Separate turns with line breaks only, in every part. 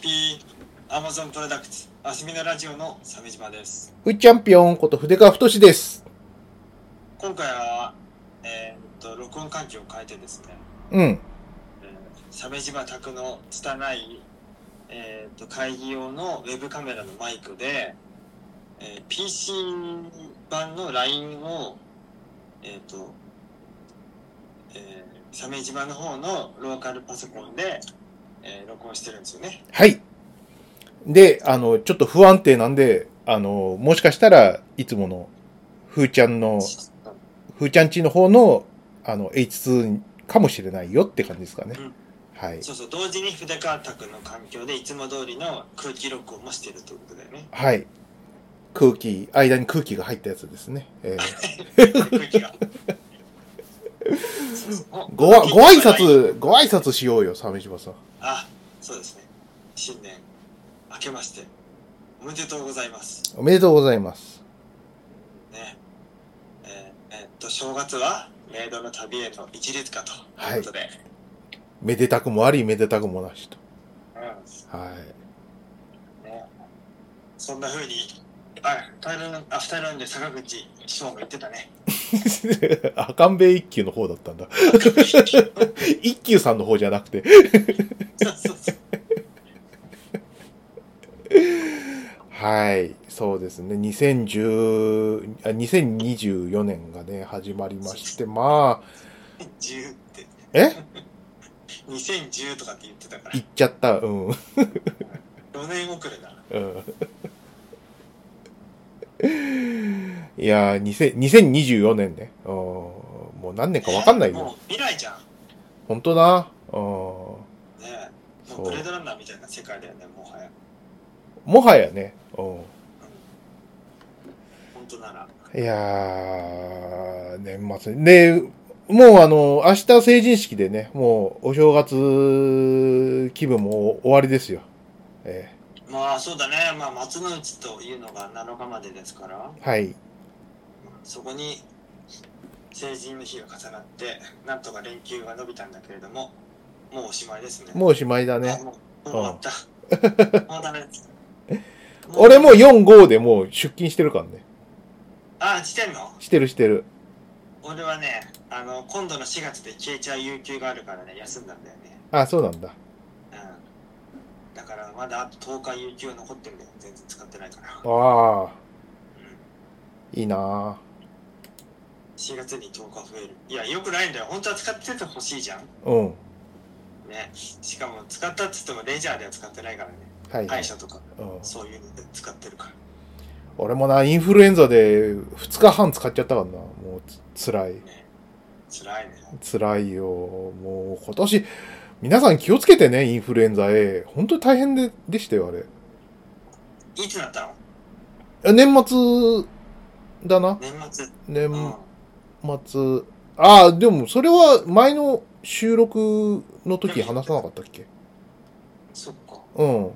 ピーアマゾンプロダクツアスミナラジオの鮫島です
ふいチャンピオンこと筆川太志です。
今回はえーっと録音環境を変えてですね、
うん。
えー鮫島宅の拙い、えーっと会議用のウェブカメラのマイクで、えー PC 版の LINE をえーっと、えー、鮫島の方のローカルパソコンで、えー録音してるんですよね
はい。で、あの、ちょっと不安定なんで、あの、もしかしたらいつもの、ふーちゃんの、ふーちゃんちの方の、あの、H2 かもしれないよって感じですかね
うん。
はい。
そうそう同時に筆川拓の環境でいつも通りの空気録音もしてるということだよ ね
はい。空気、間に空気が入ったやつですね。えー
空気 がそうそうお
ごわ、ご
空気
挨
がない
拶、ご挨拶しようよ、鮫島さん。
あそうですね新年明けましておめでとうございます
おめでとうございます。
ねえーえーっと正月はメイドの旅への一律かということで、
めでたくもあり、めでたくもなしと。はい。
う んね、そんな風にあ二人のあ二人なんで坂口師匠が言ってた ね
赤んべ一休の方だったんだ。一休さんの方じゃなくて。
そうそうそう
はい。そうですね。2010あ2024年がね、始まりまして、まあ、
10って
え
2010とかって言ってたから
行っちゃった。うん。うん。
4年遅れだ
いやー、2000 2024年ね。うんもう何年かわかんない
も
よ。
う未来じゃん
本当だ。うん
ねえ
そ
も
う
うブレードランナーみたいな世界だよねもはや
もはやね。うん
本当なら
いやー、年末に。で、もうあの、明日成人式でね、もうお正月気分も終わりですよ。え
まあそうだねまあ松の内というのが7日までですから
ーはい。
そこに成人の日が重なってなんとか連休が伸びたんだけれどももうおしまいですね
もうおしまいだ
あ
ね。
もうもう終わったもうダメ です
俺もう4、5でもう出勤してるからね。
あしてんの
してるしてる。
俺はねあの今度の4月で消えちゃう有給があるからね休んだんだよね
あ、そうなんだ。
うんだからまだあと10日有給残ってるんだよ全然使ってないから、うん、
ああ、いいな
4月に10日増えるいやよくないんだよ本当は使っててほしいじゃん
ーうん。は
ねしかも使ったっつってもレジャーでは使ってないからね
い、はい。
歯医者とか
うん、
そういうので使ってるから
俺もな、インフルエンザで2日半使っちゃったからな。もうつ辛い。
ね辛いね
辛いよ。もう今年、皆さん気をつけてね、インフルエンザ A。本当に大変ででしたよ、あれ。
いつなったの
あ年末だな。
年末
年
うん、
末。ああ、でもそれは前の収録の時話さなかったっけ
そっか
うん。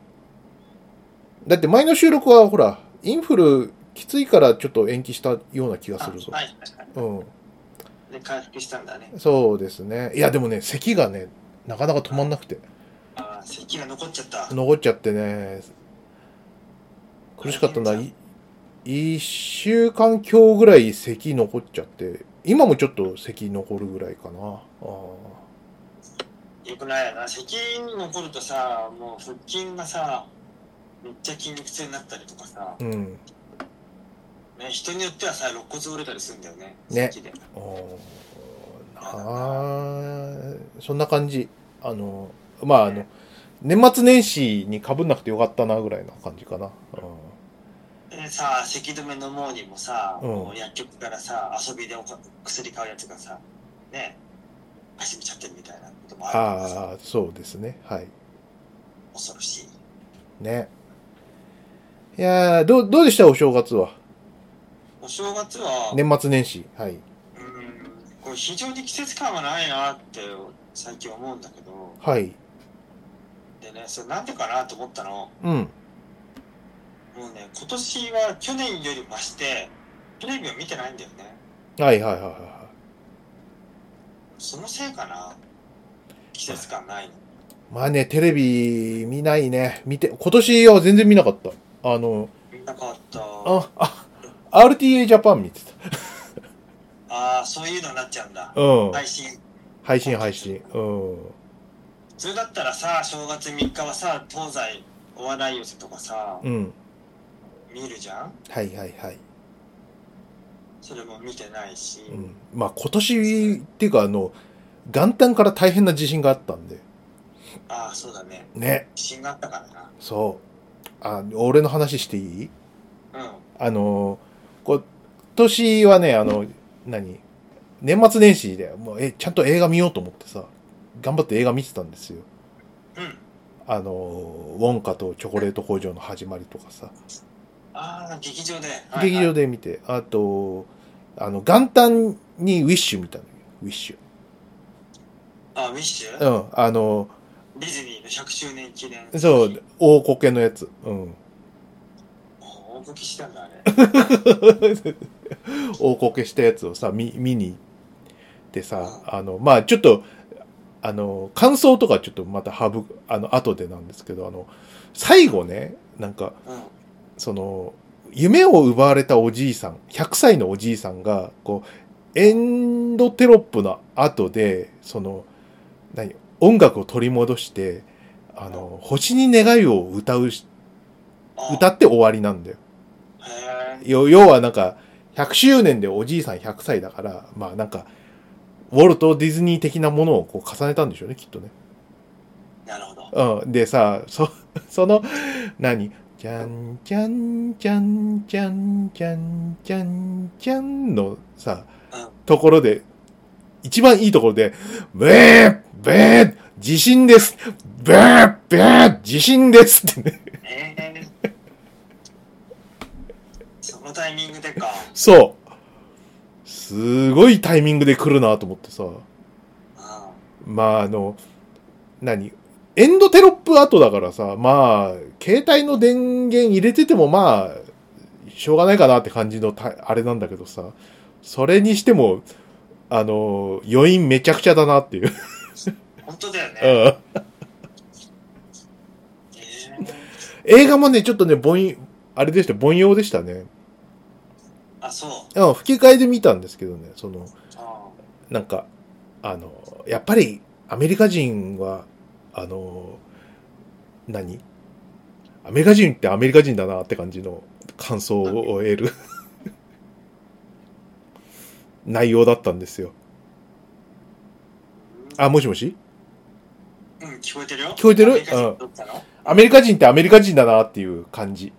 だって前の収録はほら、インフルきついからちょっと延期したような気が
あ
す
は
る
い
ぞ。
はいはい
うん。
で回復したんだね
そうですね。いや、でもね、咳がね、なかなか止まんなくて。
ああ咳が残っちゃった
残っちゃってね苦しかったな
大変
い一週間強ぐらい咳残っちゃって今もちょっと咳残るぐらいかなあー
よくないよな咳に残るとさもう腹筋がさめっちゃ筋肉痛になったりとかさ、
うん
ね、人によってはさ肋骨折れたりするんだよね
ね
咳で
あーあーそんな感じあのまああの年末年始にかぶんなくてよかったなぐらいの感じかな、う
でさ咳止め飲もうにもさ、
うん
もう薬局からさ遊びでおか薬買うやつがさね始めちゃってるみたいなこともあるからさ
ああそうですねはい
恐ろしい
ねいやーどうどうでしたお正月は
お正月は、
年末年始はい
うんこれ非常に季節感はないなって最近思うんだけど
はい
でねそれなんでかなと思ったの
うん
もうね、今年は去年より増して、テレビを見てないんだよね。
はいはいはいはいはい。
そのせいかな。季節感ないの。
まあね、テレビ見ないね。見て、今年は全然見なかった。あの、
見なかった。あ
あ、あ、RTA ジャパン見て
あー、そういうのになっちゃうんだ。
た。うん。
配信。
配信配信。うん。
普通だったらさ、正月3日はさ、東西お笑い寄せとかさ、
うん。
見るじゃん
はいはいはい。
それも見てないし。
うん。まあ今年っていうかあの、元旦から大変な地震があったんで。
ああ、そうだね。
ね。
自信があったから
そう。あ、俺の話していい
な。うん。
あの、今年はね、あの、何年末年始で、もう、え、ちゃんと映画見ようと思ってさ、頑張って映画見てたんですよ。
うん。
あの、ウォンカとチョコレート工場の始まりとかさ、
ああ、劇場で。
劇場
で。
で見て、あと、あの、元旦にウィッシュ見たのよ、ウィッシ
あ、ウィッシュ、
ュ。うん、あの、
ディズニーの100周年記念。
そう。、大コケのやつ。うん。
大吹きしたんだ、あれ。
大こけしたやつをさ、見、見に行ってさ、あの、まあちょっと、あの、感想とかちょっとまた省く、あの、後でなんですけど、あの、最後ね、なんか、
うん。
その、夢を奪われたおじいさん、100歳のおじいさんが、こう、エンドテロップの後で、その、何、音楽を取り戻して、あの、星に願いを歌うし、
あ
歌って終わりなんだよ。
へえ。
よ要はなんか、100周年でおじいさん100歳だから、まあなんか、ウォルト・ディズニー的なものをこう重ねたんでしょうね、きっとね。
なるほど。
うん。でさ、そ、 その、何じゃんじゃんじゃんじゃんじゃんじゃんじゃんのさ
うん、
ところで、一番いいところで、ブーブー地震ですブーブー地震ですってね。
へえ。そのタイミングでか。
そう。すごいタイミングで来るなと思ってさ。
あ
まああの、何エンドテロップ後だからさ、まあ、携帯の電源入れててもまあ、しょうがないかなって感じのた、あれなんだけどさ、それにしても、あの、余韻めちゃくちゃだなっていう。
あ。本当だよね。
う
へ
ん
え。
映画もね、ちょっとね、ぼん、あれでした、凡庸でしたね。
あ、そう。
うん、吹き替えで見たんですけどね、その、
あ
なんか、あの、やっぱりアメリカ人は、あの、何アメリカ人ってアメリカ人だなって感じの感想を得る内容だったんですよ。あ、もしもし
うん、聞こえてるよ。
聞こえて
ア
る
メリカ人撮ったの
アメリカ人ってアメリカ人だなっていう感じ。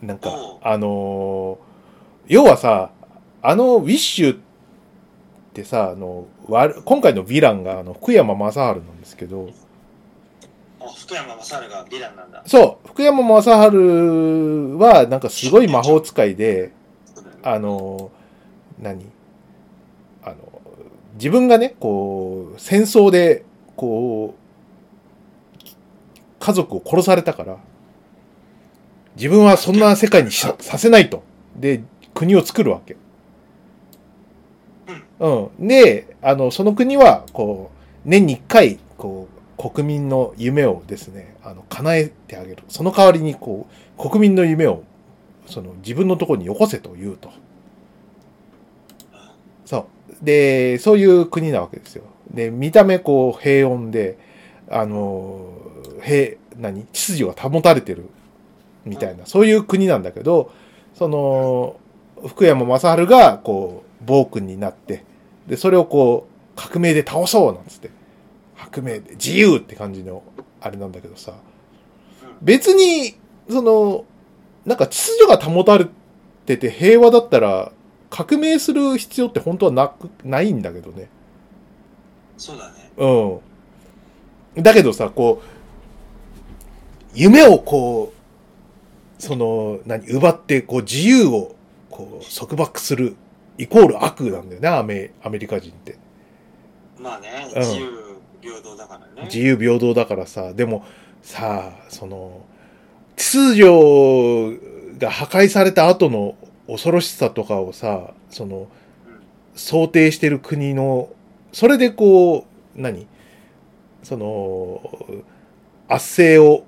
なんか
おう、
あのー要はさ、あの、ウィッシュってさ、あの、わる今回のヴィランが、あの、福山雅治なんですけど、
あ、福山雅治がヴィランなんだ。
そう、福山雅治は、なんかすごい魔法使いで、
そうだよね
あの、何あの、自分がね、こう、戦争で、こう、家族を殺されたから、自分はそんな世界にしささせないと。で、国を作るわけ。うん。で、あの、その国は、こう、年に一回、こう、国民の夢をですね、あの、叶えてあげる。その代わりに、こう、国民の夢を、その、自分のところによこせと言うと。そう。で、そういう国なわけですよ。で、見た目、こう、平穏で、あの、平、何秩序が保たれてる、みたいな、そういう国なんだけど、その、福山雅治が、こう、暴君になって、で、それをこう、革命で倒そうなんつって。革命で、自由って感じの、あれなんだけどさ。別に、その、なんか秩序が保たれてて平和だったら、革命する必要って本当はなく、ないんだけどね。
そうだね。
うん。だけどさ、こう、夢をこう、その、何、奪って、こう、自由を、こう、束縛する、イコール悪なんだよね、アメ、アメリカ人って。
まあね、
うん
自由平等だからね。
自由平等だからさ、でもさあ、その、秩序が破壊された後の恐ろしさとかをさ、その
うん、
想定してる国の、それでこう、何その、圧政を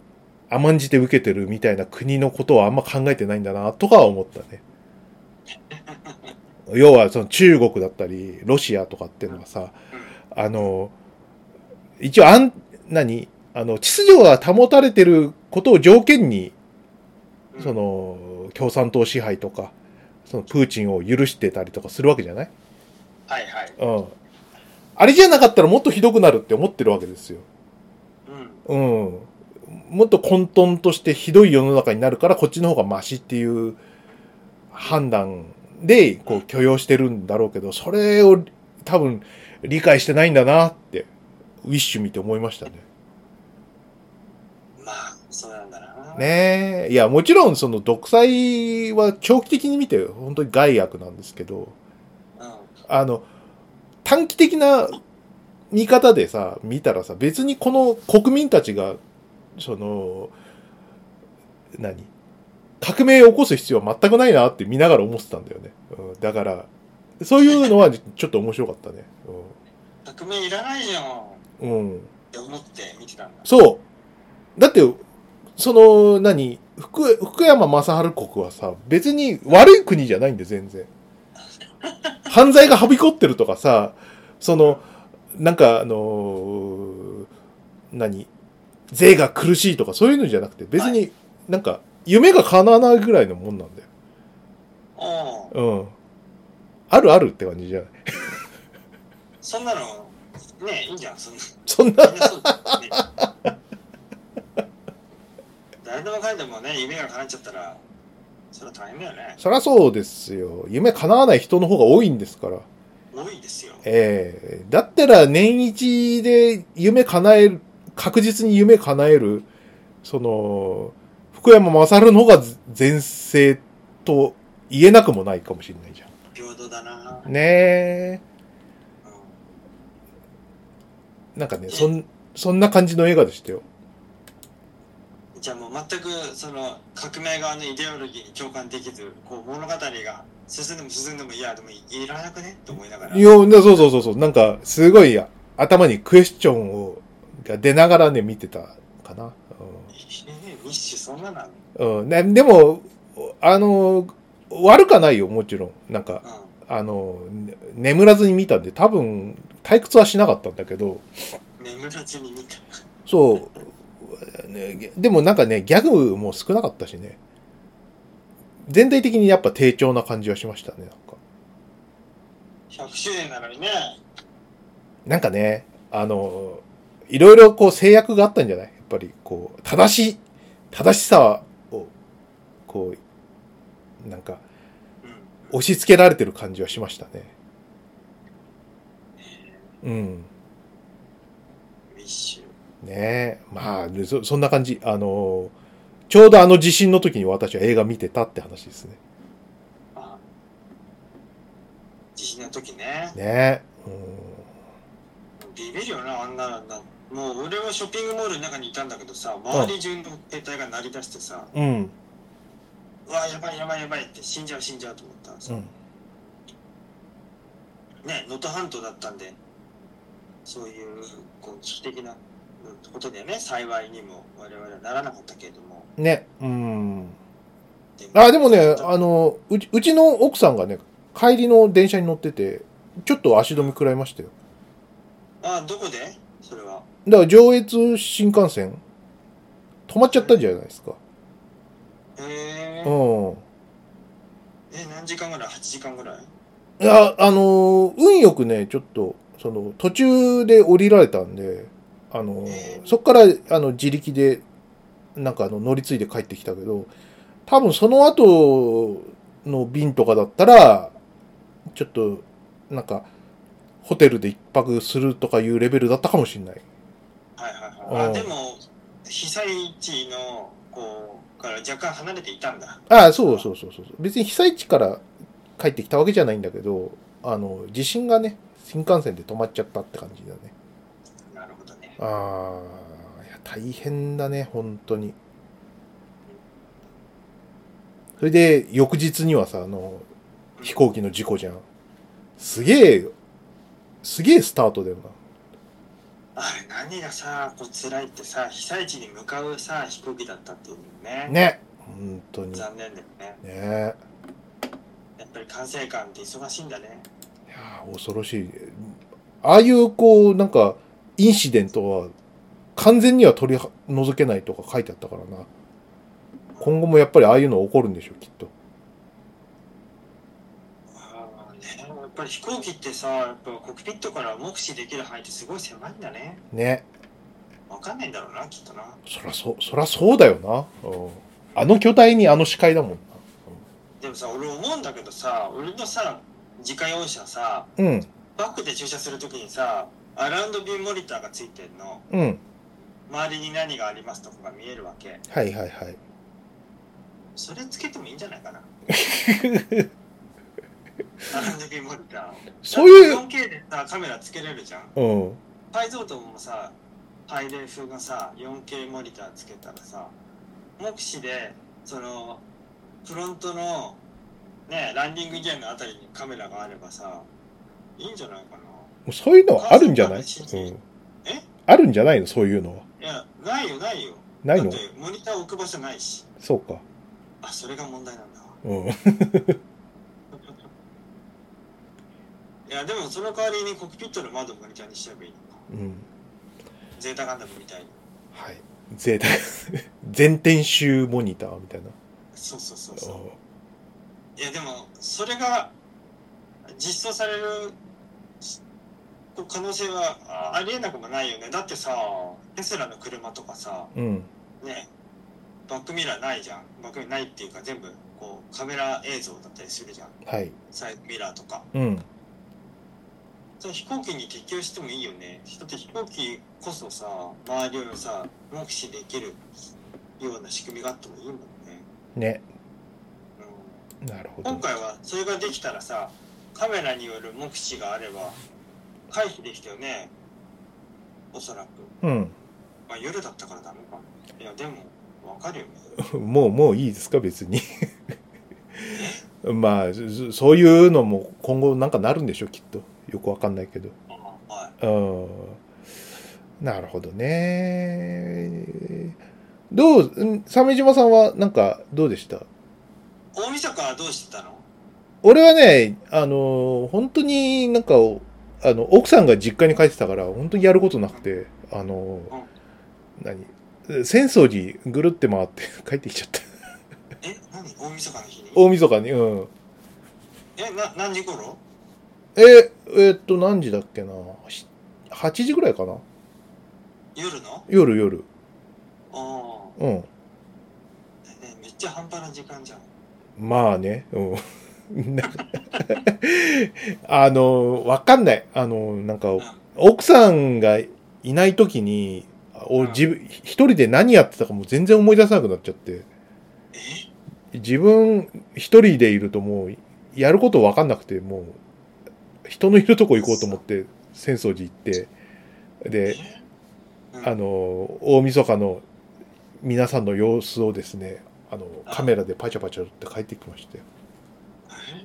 甘んじて受けてるみたいな国のことはあんま考えてないんだな、とかは思ったね。要は、その中国だったり、ロシアとかっていうのはさ、あの、一応、あん、何あの、秩序が保たれてることを条件に、
うん
その、共産党支配とか、その、プーチンを許してたりとかするわけじゃない
はいはい。
うん。あれじゃなかったらもっとひどくなるって思ってるわけですよ。
うん。
うん。もっと混沌としてひどい世の中になるから、こっちの方がマシっていう判断で、こう、許容してるんだろうけど、それを多分理解してないんだなって、ウィッシュ見て思いましたね。
まあ、そうなんだな。。
ねえ。いや、もちろんその独裁は長期的に見て本当に害悪なんですけど、
うん。
あの、短期的な見方でさ、見たらさ、別にこの国民たちが、その、何革命を起こす必要は全くないなって見ながら思ってたんだよね。うん、だから、そういうのはちょっと面白かったね。
革命いらないじゃん。っ
うん。うん、
て思って見てたんだ。
そう。だって、その、何福福山雅治国はさ、別に悪い国じゃないんで、全然。犯罪がはびこってるとかさ、その、なんか、あのー何税が苦しいとかそういうのじゃなくて、別になんか、夢が叶わないぐらいのもんなんだ
うん。
よ。うん。あるあるって感じじゃない
そんなの、ねいいじゃん。そんな、
そんな、
みんなそうだよね誰でも彼でもね、夢が叶っちゃったら、それは大変だよね。
そりゃそうですよ。夢叶わない人の方が多いんですから。
多いですよ。
ええだったら年一で夢叶える、確実に夢叶える、その、福山雅治の方が前世と言えなくもないかもしれないじゃ
平等だな。
ん。ねえ。なんかね、そん、そんな感じの映画でしたよ。
うんじゃあもう全く、その、革命側のイデオロギーに共感できず、こう、物語が進んでも進んでも、いや、でもいらなくねと思いながら。
いや、なそうそうそうそう、なんか、すごい頭にクエスチョンを、が出ながらね、見てたかな。うん
えー、ミッシュそんななの
うん、ね、でも、あの、悪かないよ、もちろん。なんか、
うん。
あの、ね眠らずに見たんで、多分、退屈はしなかったんだけど、
眠らずに見た。
そう、ねでもなんかね、ギャグも少なかったしね。全体的にやっぱ低調な感じはしましたね、なんか。
100周年なのにね。
なんかね、あの、いろいろこう制約があったんじゃないやっぱりこう、正しい、正しさを、こう、なんか、
うん。
押し付けられてる感じはしましたね。うん。
ミッシュ。
ねえ。まあ、でそ、そんな感じ。あの、ちょうどあの地震の時に私は映画見てたって話ですね。
あ地震の時ね。
ねえ。
ビビるよな、あんなのな。もう俺はショッピングモールの中にいたんだけどさ、周り中の携帯が鳴り出してさ、
うん。うん。
うわ、やばいやばいやばいって死んじゃう死んじゃうと思ったら
う
さ、
ん。
ね、能登半島だったんで、そういうこう危機的なうんことでね、幸いにも我々はならなかったけれども。
ね。うん。
でも
あ、でもね、あの、うち、うちの奥さんがね、帰りの電車に乗ってて、ちょっと足止め食らいましたよ。
あ、どこでそれは。
だから上越新幹線、止まっちゃったんじゃないですか。
えー、
うん。
え、何時間ぐらい ?8 時間ぐらい
いや、あのー運よくね、ちょっと、その、途中で降りられたんで、あのー
えー
そっから、あの、自力で、なんかあの、乗り継いで帰ってきたけど、多分その後の便とかだったら、ちょっと、なんか、ホテルで一泊するとかいうレベルだったかもしれない。
はいはいはい。
う
あ
ん
でも、被災地の、こう、から若干離れていたんだ。
ああ、そうそうそうそう。別に被災地から帰ってきたわけじゃないんだけど、あの、地震がね、新幹線で止まっちゃったって感じだね。
なるほどね。
ああ、いや、大変だね、本当に。それで、翌日にはさ、あの、飛行機の事故じゃん。すげえ、すげえスタートだよ
あれ、何がさこう辛いってさ被災地に向かうさ飛行機だったっていうね
ね。本当に。ね
残念だよね
え。
やっぱり管制官って忙しいんだね
いやー恐ろしい。ああいう、こう、なんか、インシデントは、完全には取り除けないとか書いてあったからな。今後もやっぱりああいうの起こるんでしょう、きっと。
ああねやっぱり飛行機ってさやっぱコックピットから目視できる範囲ってすごい狭いんだね
ね。
わかんないんだろうなきっとな
そらそ、そらそうだよな。うんあの巨体にあの視界だもんな。
でもさ俺思うんだけどさ俺のさ自家用車さ
うん、
バックで駐車するときにさアラウンドビューモニターがついてんの
うん。
周りに何がありますとかが見えるわけ
はいはいはい。
それつけてもいいんじゃないかなア ラウンドビューモニターを
そういう、
4K でさカメラつけれるじゃん
うん。
解像度もさハイレー風がさ 4K モニターつけたらさ目視でそのフロントのねランディングギアのあたりにカメラがあればさいいんじゃないかな
そういうのはあるんじゃないうん。あるんじゃないのそういうのは。
いやないよないよ
ないの
だってモニター置く場所ないし
そうか。
あそれが問題なんだ
うん。
いやでもその代わりにコックピットの窓をモニターにしちゃえばいいのか
うん。
ゼータガンダムみたいに
はい。ゼータ、 全天集モニターみたいな。
そうそうそうそういやでもそれが実装されるし可能性はあありえなくもないよねだってさテスラの車とかさ
うん。
ねバックミラーないじゃんバックミラーないっていうか全部こうカメラ映像だったりするじゃん
はい。
サイドミラーとか
うん。
それ飛行機に適用してもいいよねだって飛行機こそさ周りをさ目視できるような仕組みがあってもいいもんね、
ね。
うん
なるほど
今。回はそれができたらさカメラによる目視があれば回避できたよねおそらく、
うん。
まあ、夜だったからダメかいやでもわかるよね
もう、もういいですか別に。 まあ、そそういうのも今後なんかなるんでしょきっと。よくわかんないけど。
あは
うん。なるほどね。どう、うん鮫島さんはなんかどうでした
い大晦日はどうしてたの
俺はね、あの、本当になんか、あの、奥さんが実家に帰ってたから、本当にやることなくて、あの、何浅草寺ぐるって回って 帰ってきちゃった。
え何大晦日の日に
大晦日に、うん。
えな何時頃
え、えっと、何時だっけなし ?8 時ぐらいかな
夜の
夜夜。
ああ、
うん。
ね、めっちゃ半端な時間じゃん
まあね、うん。 なあの、わかんない。あの、なんか
うん、
奥さんがいない時に、お
うん
自分、一人で何やってたかもう全然思い出さなくなっちゃって、
え
自分一人でいるともう、やることわかんなくて、もう、人のいるとこ行こうと思って、浅草寺行って、
え
で、
うん
あの、大晦日の皆さんの様子をですね、あの、カメラでパチャパチャって帰ってきましたよ。
え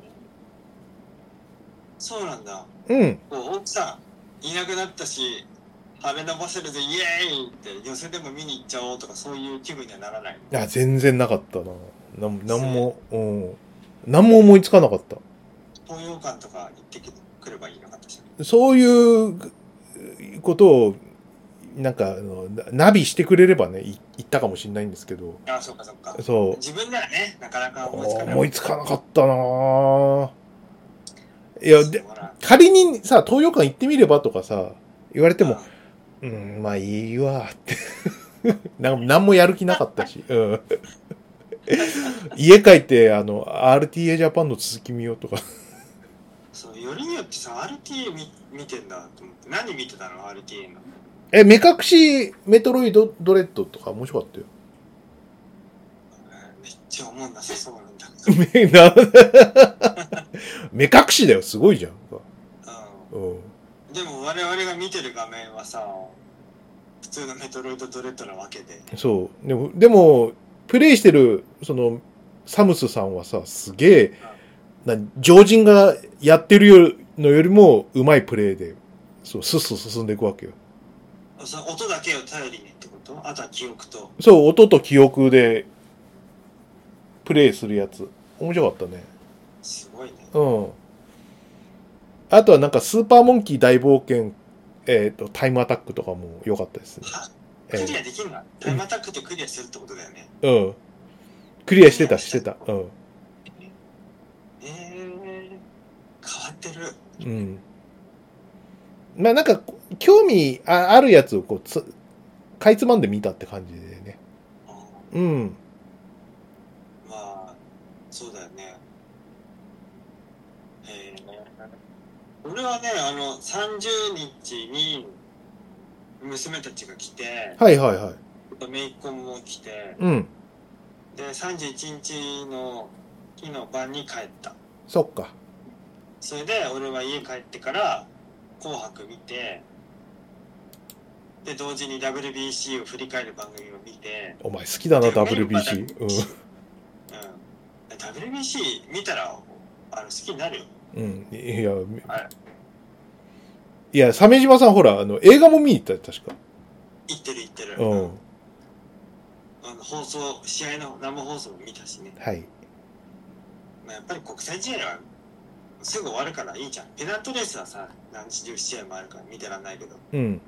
そうなんだ
うん。
もう奥さんいなくなったし羽伸ばせるぜイエーイって寄せでも見に行っちゃおうとかそういう気分にはならない
いや、全然なかったな。なんなんも、うん。なんも思いつかなかった。
東洋館とか行ってくればいいのかとした
そういうことを、なんか、あのなナビしてくれればね、い行ったかもしれないんですけど、
らあそうかそうか
そう。
自分ではねなかなか思いつかない
思いつかなかったなぁいや、で、
ほら
仮にさ、東洋館行ってみればとかさ、言われても、
う
うん、まあいいわって。 なんか何もやる気なかったし、うん。 家帰って、あの、RTA ジャパンの続き見ようとか。
んそうよりによってさ RTA 見見てんだと思って何見てたの RTA の
え、目隠しメトロイドドレッドとか面白かったよ。
うんめっちゃ思んなさそうなんだ けど
目な目隠しだよ、すごいじゃん。うん、
うんでも我々が見てる画面はさ普通のメトロイドドレッドなわけで
そう。でも、でもプレイしてる、その、サムスさんはさ、すげえ、な常人がやってるよのよりも、うまいプレイで、そう、スッスッ進んでいくわけよ。
その音だけを頼りにってことあとは記憶と。
そう、音と記憶で、プレイするやつ。面白かったね。
すごいね。
うん。あとはなんか、スーパーモンキー大冒険、えっ、と、タイムアタックとかも良かったですね。
は
え
クリアできるな。タイムアタックとクリアするってことだよね。
ーうん。クリアしてた、してた。うん。
えー、変わってる。
うん。まあなんか、興味ああるやつをこうつ、かいつまんで見たって感じでね。
あー
うん。
まあ、そうだよね。えー、俺はね、あの、30日に娘たちが来て、
はいはいはい。
姪っ子も来て、
うん。
で、31日の日の晩に帰った。
そっか。
それで俺は家帰ってから「紅白」見てで同時に WBC を振り返る番組を見て、
お前好きだな、
でメンバー
WBC。うん。
うん、WBC 見たらあの好きになるよ
うん、いや、み
はい
いや、鮫島さんほら、あの、映画も見に行ったよ、確か。
言ってる言ってる、
うん。
あの放送試合の生放送も見たしね、
はい。
まあ、やっぱり国際試合はすぐ終わるからいいじゃんペナントレースはさ何十試合もあるから見てらんないけど
うん。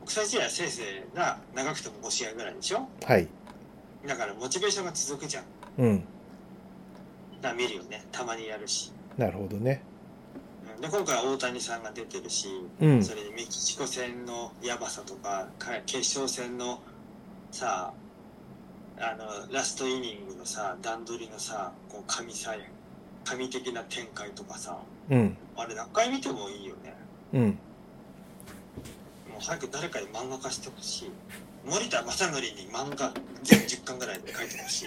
国際試合はせいぜいが長くても5試合ぐらいでしょ
はい。
だからモチベーションが続くじゃん
うん。
な見るよねたまにやるし
なるほどね。
うんで今回大谷さんが出てるし、
うん。
それにメキシコ戦のやばさとかか決勝戦のさあのラストイニングのさ段取りのさこう神さ神的な展開とかさ
うん。
あれ何回見てもいいよね
うん。
もう早く誰かに漫画化してほしい森田正則に漫画全10巻ぐらいで書いてほし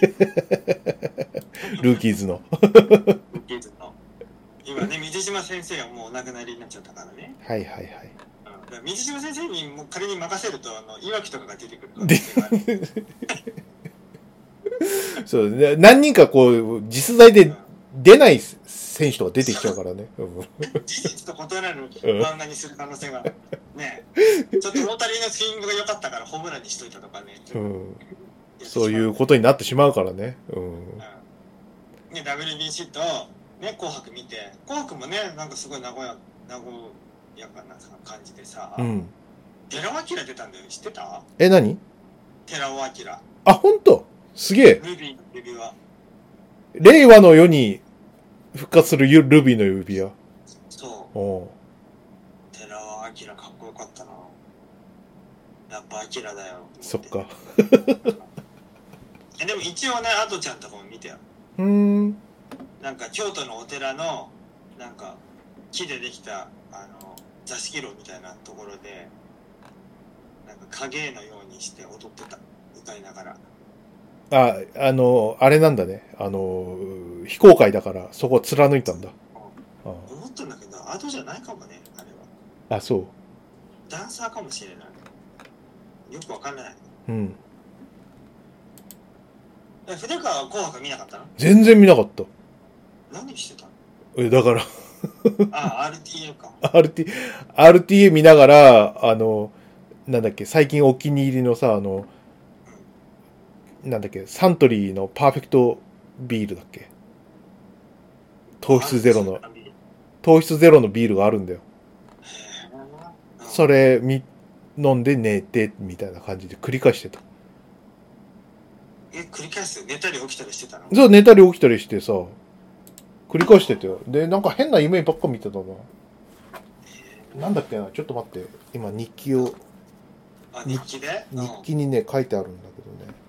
い
ルーキーズの。
ルーキーズの今ね水島先生がもうお亡くなりになっちゃったからね
はいはいはい。
うんだから水島先生にもう仮に任せるとあのいわきとかが出てくる可能性がある
そうね。何人かこう、実在で出ない選手とか出てきちゃうからね。うん
うん事実と異なる
うん
漫画にする可能性がねちょっと大谷のスイングが良かったからホームランにしといたとかね、
うん。そういうことになってしまうからね。うん
と、。うんね、WBC と、ね、紅白見て紅白もねなんかすごい和や和やかな感じでさ、
うん。
寺尾明出たんだよ知ってた
え、何
寺尾明
あ、ほんとすげえ。
ルビーの指輪
令和の世に復活するゆルビーの指輪。
そう
おう
寺尾明かっこよかったなやっぱ明だよ
そっか。
えでも一応ねアトちゃんとかも見てよ
うーん。
なんか京都のお寺のなんか木でできたあの座敷炉みたいなところでなんか影絵のようにして踊ってた歌いながら
あ、あの、あれなんだね。あの、非公開だから、そこを貫いたんだ。あ
思ったんだけどアトじゃないかもねあれは
あ、そ
ダンサーかもしれないよくわかんない
うん。うん。
え筆川は紅白見なかったの
全然見なかった。
何してたの
え、だから、
あ RTA か
RT、RTA 見ながら、あの、なんだっけ、最近お気に入りのさ、あの、なんだっけ、サントリーのパーフェクトビールだっけ。糖質ゼロの、糖質ゼロのビールがあるんだよ。そ
れ
れ、み、飲んで寝て、みたいな感じで繰り返してた。
え繰り返す寝たり起きたりしてたの
そう、寝たり起きたりしてさ、繰り返してたよ。で、なんか変な夢ばっか見てたな。なんだっけな、ちょっと待って。今、日記を、
あ日記でうん、
日記にね、書いてあるんだけどね。
うん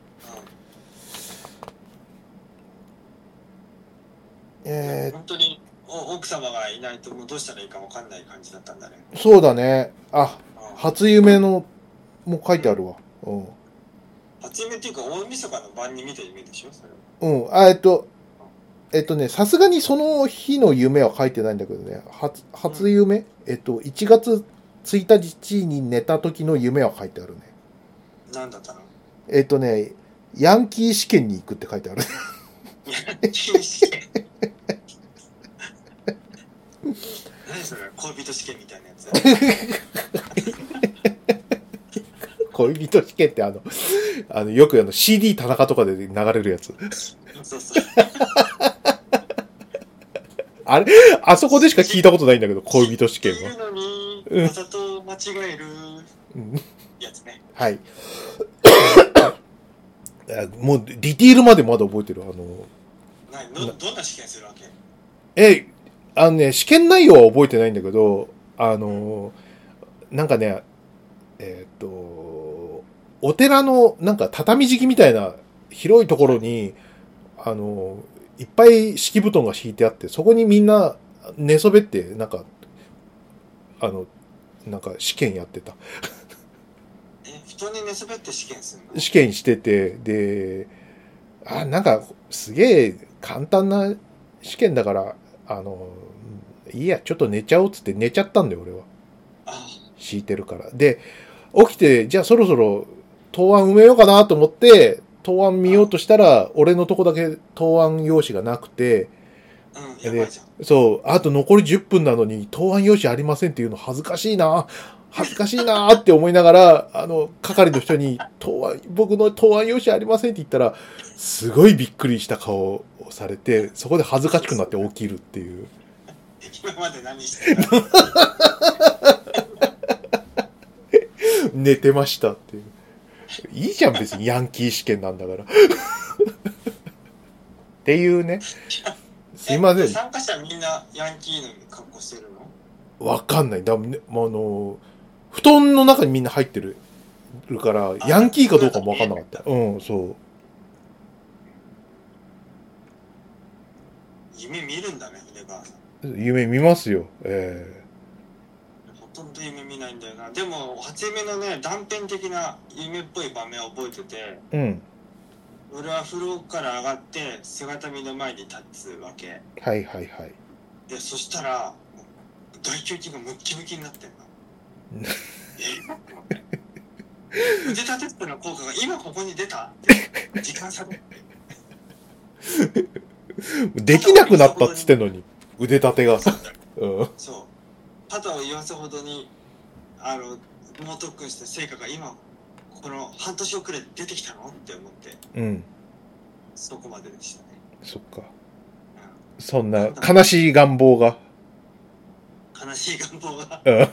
え
本当にお奥様がいないともうどうしたらいいかわかんない感じだったんだね、
ー、そうだね。あ、
うん
初夢の、もう書いてあるわ。うん。
初夢っていうか大晦日の晩に見た夢でしょそれは
うん。あ、えっと、えっとね、さすがにその日の夢は書いてないんだけどね。初、初夢えっと、1月1日に寝た時の夢は書いてあるね。
何だ ったの
えっとね、ヤンキー試験に行くって書いてある。
いや禁止 何それ恋人試験みたいなやつ
恋人試験ってあの、あの、よくあの CD 田中とかで流れるやつ。
そうそう。
あれあそこでしか聞いたことないんだけど、恋人試験
い
は
る。のに、
うん
わざと間違える
うん
やつね。
はい。 あもう、ディティールまでまだ覚えてる。あの、
などどんな試験するわけ
え、あのね、試験内容は覚えてないんだけど、あの、なんかね、えーっと、お寺の、なんか畳敷きみたいな広いところに、あの、いっぱい敷布団が敷いてあって、そこにみんな寝そべって、なんか、あの、なんか試験やってた。
え、布団に寝そべって試験するの
試験してて、で、あ、なんか、すげえ簡単な試験だから、あの、いいや、ちょっと寝ちゃおうっつって寝ちゃったんだよ、俺は。
あ、
敷いてるから。で、起きて、じゃあそろそろ答案埋めようかなと思って、答案見ようとしたら、俺のとこだけ答案用紙がなくて、
うん、やばいじゃん。
そう、あと残り10分なのに、答案用紙ありませんっていうの恥ずかしいな、恥ずかしいなって思いながら、あの、係の人に、答案、僕の答案用紙ありませんって言ったら、すごいびっくりした顔をされて、そこで恥ずかしくなって起きるっていう。
今まで何してた
寝てましたっていう。いいじゃん、別にヤンキー試験なんだから。っていうね。すいませ
え
ん。
参加者みんなヤンキーの格好してるの
わかんない。だ、ね、もうあの、布団の中にみんな入ってるるから、
あ
ヤンキーかどうかもわかんなかった。うん、そう。
夢見るんだね、ヒデバーさん。
夢見ますよ。え
ほとんど夢見ないんだよな。でも、初夢のね、断片的な夢っぽい場面を覚えてて、
えうん。
俺は風呂から上がって、姿見の前に立つわけ。
はいはいはい。
で、そしたら、大胸筋がムッキムキになってんの。え腕立て伏せの効果が今ここに出たって時間差で
できなくなったっつってんのに、腕立てが。うん。
そう肩を言わせほどにあの猛特訓した成果が今この半年遅れで出てきたのって思って
うん。
そこまででしたね、
そっか。
う
そんな悲しい願望が。
ん、悲しい願望が
うん。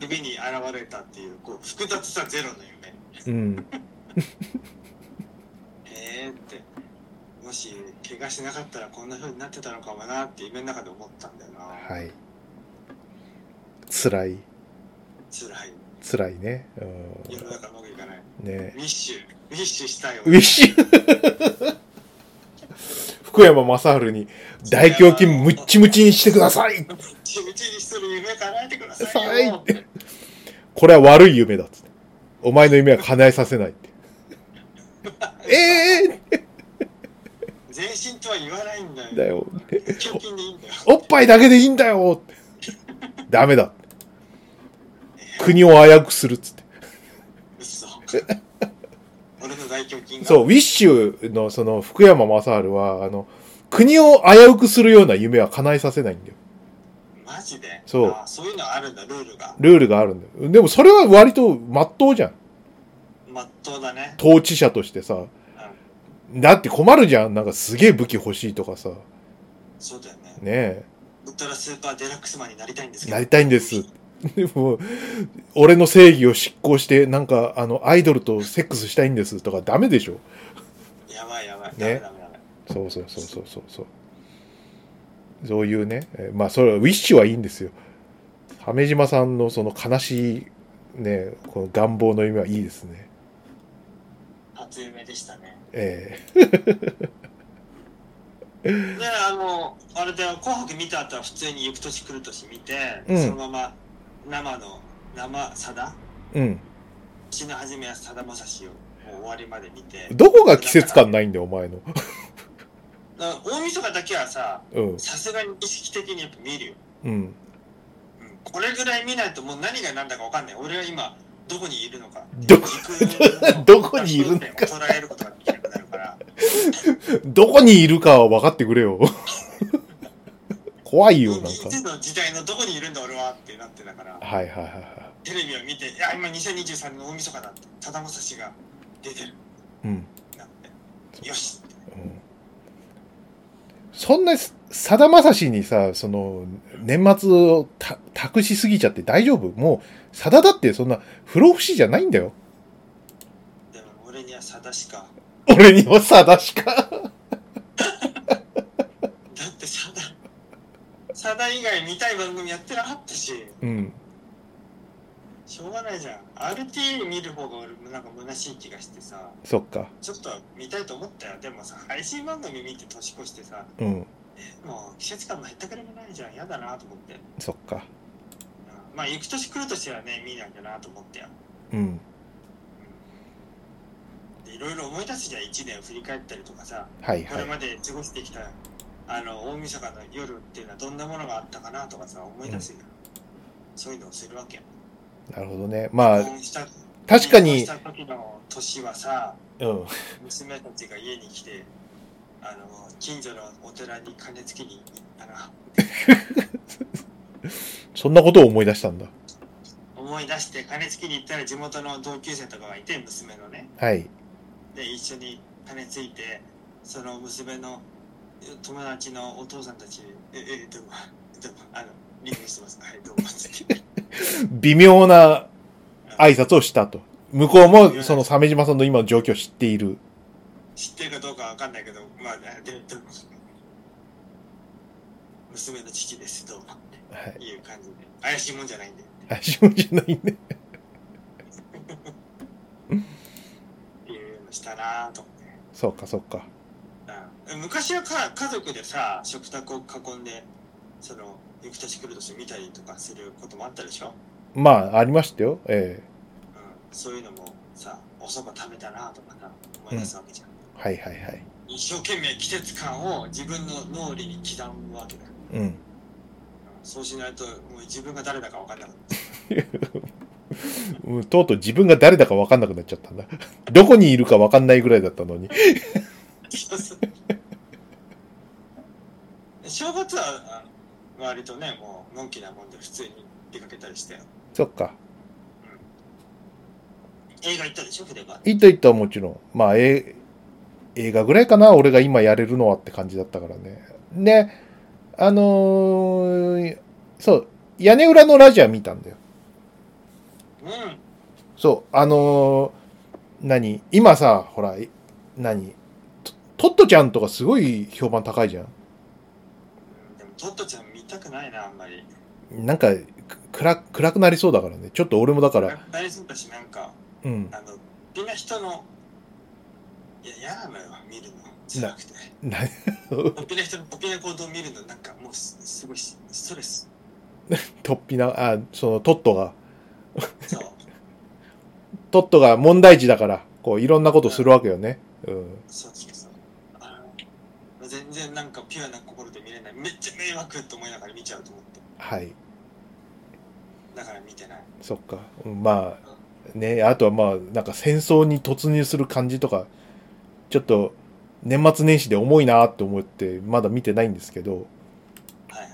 指に現れたっていうこう複雑さゼロの夢
うん。
えーってもし怪我しなかったらこんな風になってたのかもなって夢の中で思ったんだよな、
はい。辛い。
辛い
辛いね。う
夜だからうまくいかない
ん。ね
ウィッシュウィッシュしたいよ
ウィッシュ 福山雅治に大胸筋ムッチムチにしてください
ムチムチにする夢叶えてくださいよって
これは悪い夢だっつって。お前の夢は叶えさせないって。 え
全身とは言わないんだ
え
よ。
ー、だよ。
胸筋でいいんだよ。
おっぱいだけでいいんだよって。ダメだ。国を危うくするっつって。
嘘。俺の大胸筋が。
そう、ウィッシュのその福山雅治は、あの、国を危うくするような夢は叶えさせないんだよ。
マジで。
そう
あそういうのあるんだ、ルールが。
ルールがあるんだよ。でもそれは割と真っ当じゃん。
まっとうだね。
統治者としてさ。だって困るじゃん。なんかすげえ武器欲しいとかさ。ね
そうだよね。
え。
ウルトラスーパーデラックスマンになりたいんですけど。
なりたいんです。でも、俺の正義を執行して、なんか、あの、アイドルとセックスしたいんですとかダメでしょ。
やばいやばい。
ね
ダメダメダメ
そうそうそうそうそうそう。そういうね。えまあ、それは、ウィッシュはいいんですよ。鮫島さんのその悲しい、ね、この願望の夢はいいですね。
初夢でしたね。
ええ
で、あの、あれだよ、紅白見た後は普通に行く年来る年見て、
うん
そのまま生の、生さだ、
うん。
死の初めはさだまさしをもう終わりまで見て、
どこが季節感ないんだよ、お前の。
だから大晦日だけはさ、
うん。
さすがに意識的にやっぱ見るよ、
うん。
うん、これぐらい見ないともう何が何だか分かんない俺は今どこにいるのか
どこ
時空
どこにいるのか
捉えることができなくなるから
どこにいるかは分かってくれよ。 怖いよ、
う
なん
い
か。
つの時代のどこにいるんだ俺はってなってだから
はいはいはいは
テレビを見て、いや、今2023年の大晦日だって、さだまさしが出てる
うん。
なんて、よしって
うんそんな、さだまさしにさ、その、年末をた託しすぎちゃって大丈夫もう、さだだってそんな、不老不死じゃないんだよ。
でも俺にはさだしか、
俺にはさだしか。
だってさだ、さだ以外見たい番組やってなかったし、
うん。
しょうがないじゃん。RTA 見る方が俺もなんか虚しい気がしてさ、
そっか。
ちょっと見たいと思ったよ。でもさ、配信番組見て年越してさ、
うん。
もう季節感も減ったくれもないじゃん。嫌だなと思って。うん
そっか。
まあ、行く年来る年はね、見なきゃなと思ってよ。
うん。
でいろいろ思い出すじゃん、1年を振り返ったりとかさ、
はい
こ
は
れ
い。
まで過ごしてきた、あの、大晦日の夜っていうのはどんなものがあったかなとかさ、思い出すよ。そういうのをするわけよ。
なるほどね。まあ、
婚した
確かに
結、婚した時の年はさ、
うん。
娘たちが家に来て、あの、近所のお寺に金付きに行ったな。
そんなことを思い出したんだ。
思い出して金付きに行ったら地元の同級生とかがいて、娘のね。
はい。
で一緒に金ついてその娘のえ友達のお父さんたち「ええどうもどうもあのリンクしてますはいどうも」つ って
微妙な挨拶をしたと。向こうも、その鮫島さんの今の状況を知っている。
知ってるかどうかわかんないけどまあででどうも娘の父ですどうも
はい。
いう感じで怪しいもんじゃないんで
あ、自分じゃないね。
っていうのしたなぁと思って
そうか、そうか。
うん昔はか家族でさ食卓を囲んでその翌年来る年見たりとかすることもあったでしょ
まあ、ありましたよ。え
うんそういうのもさお蕎麦食べたなとかさ思い出すわけじゃん、
えはいはいはい。
一生懸命季節感を自分の脳裏に刻むわけだよ
うん。
そうしないともう自分が誰だか分かんなくなっ
うんとうとう自分が誰だか分かんなくなっちゃったんだ。 どこにいるか分かんないぐらいだったのに。
ちゃう正月はあ割とねもうのんきなもんで普通に出かけたりして
そっか。
映画行ったでしょ筆が
いいと言ったはもちろん。まあ、え、映画ぐらいかな俺が今やれるのはって感じだったからね。で、あのーそう、屋根裏のラジオは見たんだよ。
うん
そう、あのー何今さ、ほら、い何トトットちゃんとかすごい評判高いじゃん。
でもトットちゃん見たくないなあんまり
なんか、く暗暗くなりそうだからね。ちょっと俺もだから、
大好きだしなんか
うん。
あのみんな人のいや嫌なのよ見るの辛くて
な
ポピュラ人のポピュラ行動を見るのなんかもうすすごいしストレス
とっぴな、あ、そのトットが、
そう
トットが問題児だから、こう、いろんなことするわけよね。うん。
そうそうそうあの全然なんかピュアな心で見れないめっちゃ迷惑と思いながら見ちゃうと思って
はい。
だから見てない
そっか。うんまあ、ね、あとはまあ、なんか戦争に突入する感じとか、ちょっと、年末年始で重いなって思って、まだ見てないんですけど、
はい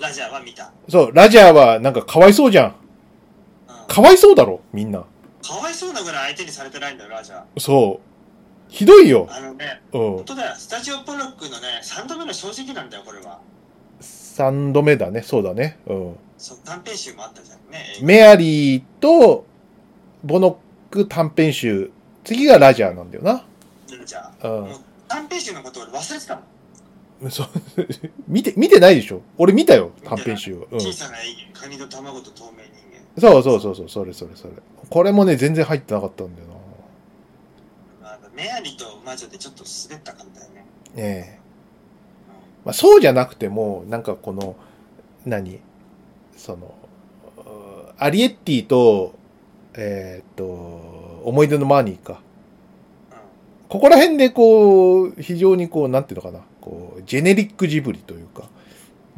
ラジャーは見た、
そう、ラジャーはなんかかわいそうじゃん。
うん、
かわいそうだろ、みんな。
かわいそうなぐらい相手にされてないんだよラジャー
そう。ひどいよ。
あのね
うん
本。当だよスタジオポロックのね3度目の正直なんだよこれは
三度目だね、そうだね。うん。
そう短編集もあったじゃんね映画
メアリーと、ボノック短編集。次がラジャーなんだよな。
ラジャー
うん
もう短編集のこと俺忘れてたもん、
そう 見て、見てないでしょ俺見たよ、短編集を。うん。
小さな永遠カニと卵と透明人間
そうそうそうそう、それそれそれ。これもね、全然入ってなかったんだよな。
あのメアリと魔女でちょっと滑った感じだよね。
ねえ。まあ、そうじゃなくても、なんかこの、何その、うーアリエッティと、えーっと、思い出のマーニーか。
う
ここら辺でこう、非常にこう、なんていうのかな、こう、ジェネリックジブリというか、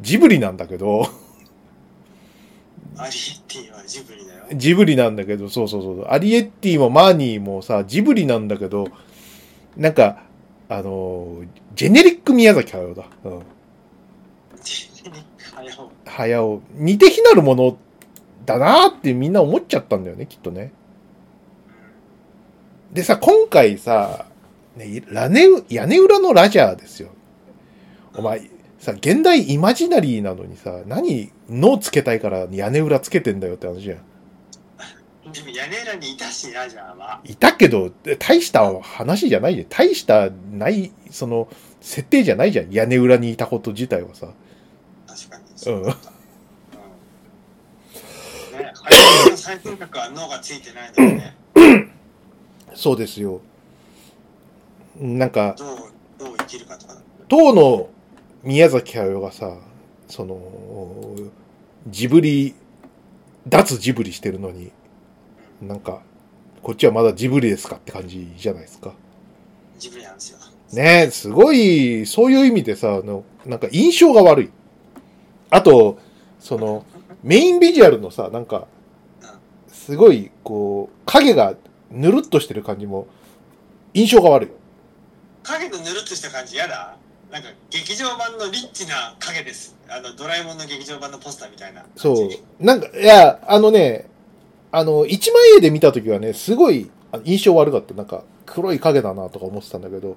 ジブリなんだけど、
ん。アリエッティはジブリだよ。
ジブリなんだけど、そうそうそう、アリエッティもマーニーもさ、ジブリなんだけど、なんか、あの、ジェネリック宮崎駿だ。うん。
ジェネリックはよ。
駿、似て非なるものだなーってみんな思っちゃったんだよね、きっとね。でさ、今回さ、ね、ラネウ、屋根裏のラジャーですよ。お前、さ、現代イマジナリーなのにさ、何、脳つけたいから屋根裏つけてんだよって話じゃん。
でも屋根裏にいたしなじゃんはい
たけど、大した話じゃないで、大したない、その、設定じゃないじゃん。屋根裏にいたこと自体はさ。
確かに
うん
だったうんね林の最新作は脳がついてないのにね
そうですよ。なんか、
どうどう生きるかとかだ
当の宮崎駿がさ、その、ジブリ、脱ジブリしてるのに、なんか、こっちはまだジブリですかって感じじゃないですか。
ジブリなんですよ
ねえ、すごい、そういう意味でさ、あの、なんか印象が悪い。あと、その、メインビジュアルのさ、なんか、すごい、こう、影がぬるっとしてる感じも、印象が悪い。
影のぬるっとした感じやだなんか劇場版のリッチな影ですあのドラえもんの劇場版のポスターみたいな感じ
そう。なんか、いや、あのね、あの、一枚絵で見たときはね、すごいあ印象悪かった。なんか、黒い影だなとか思ってたんだけど、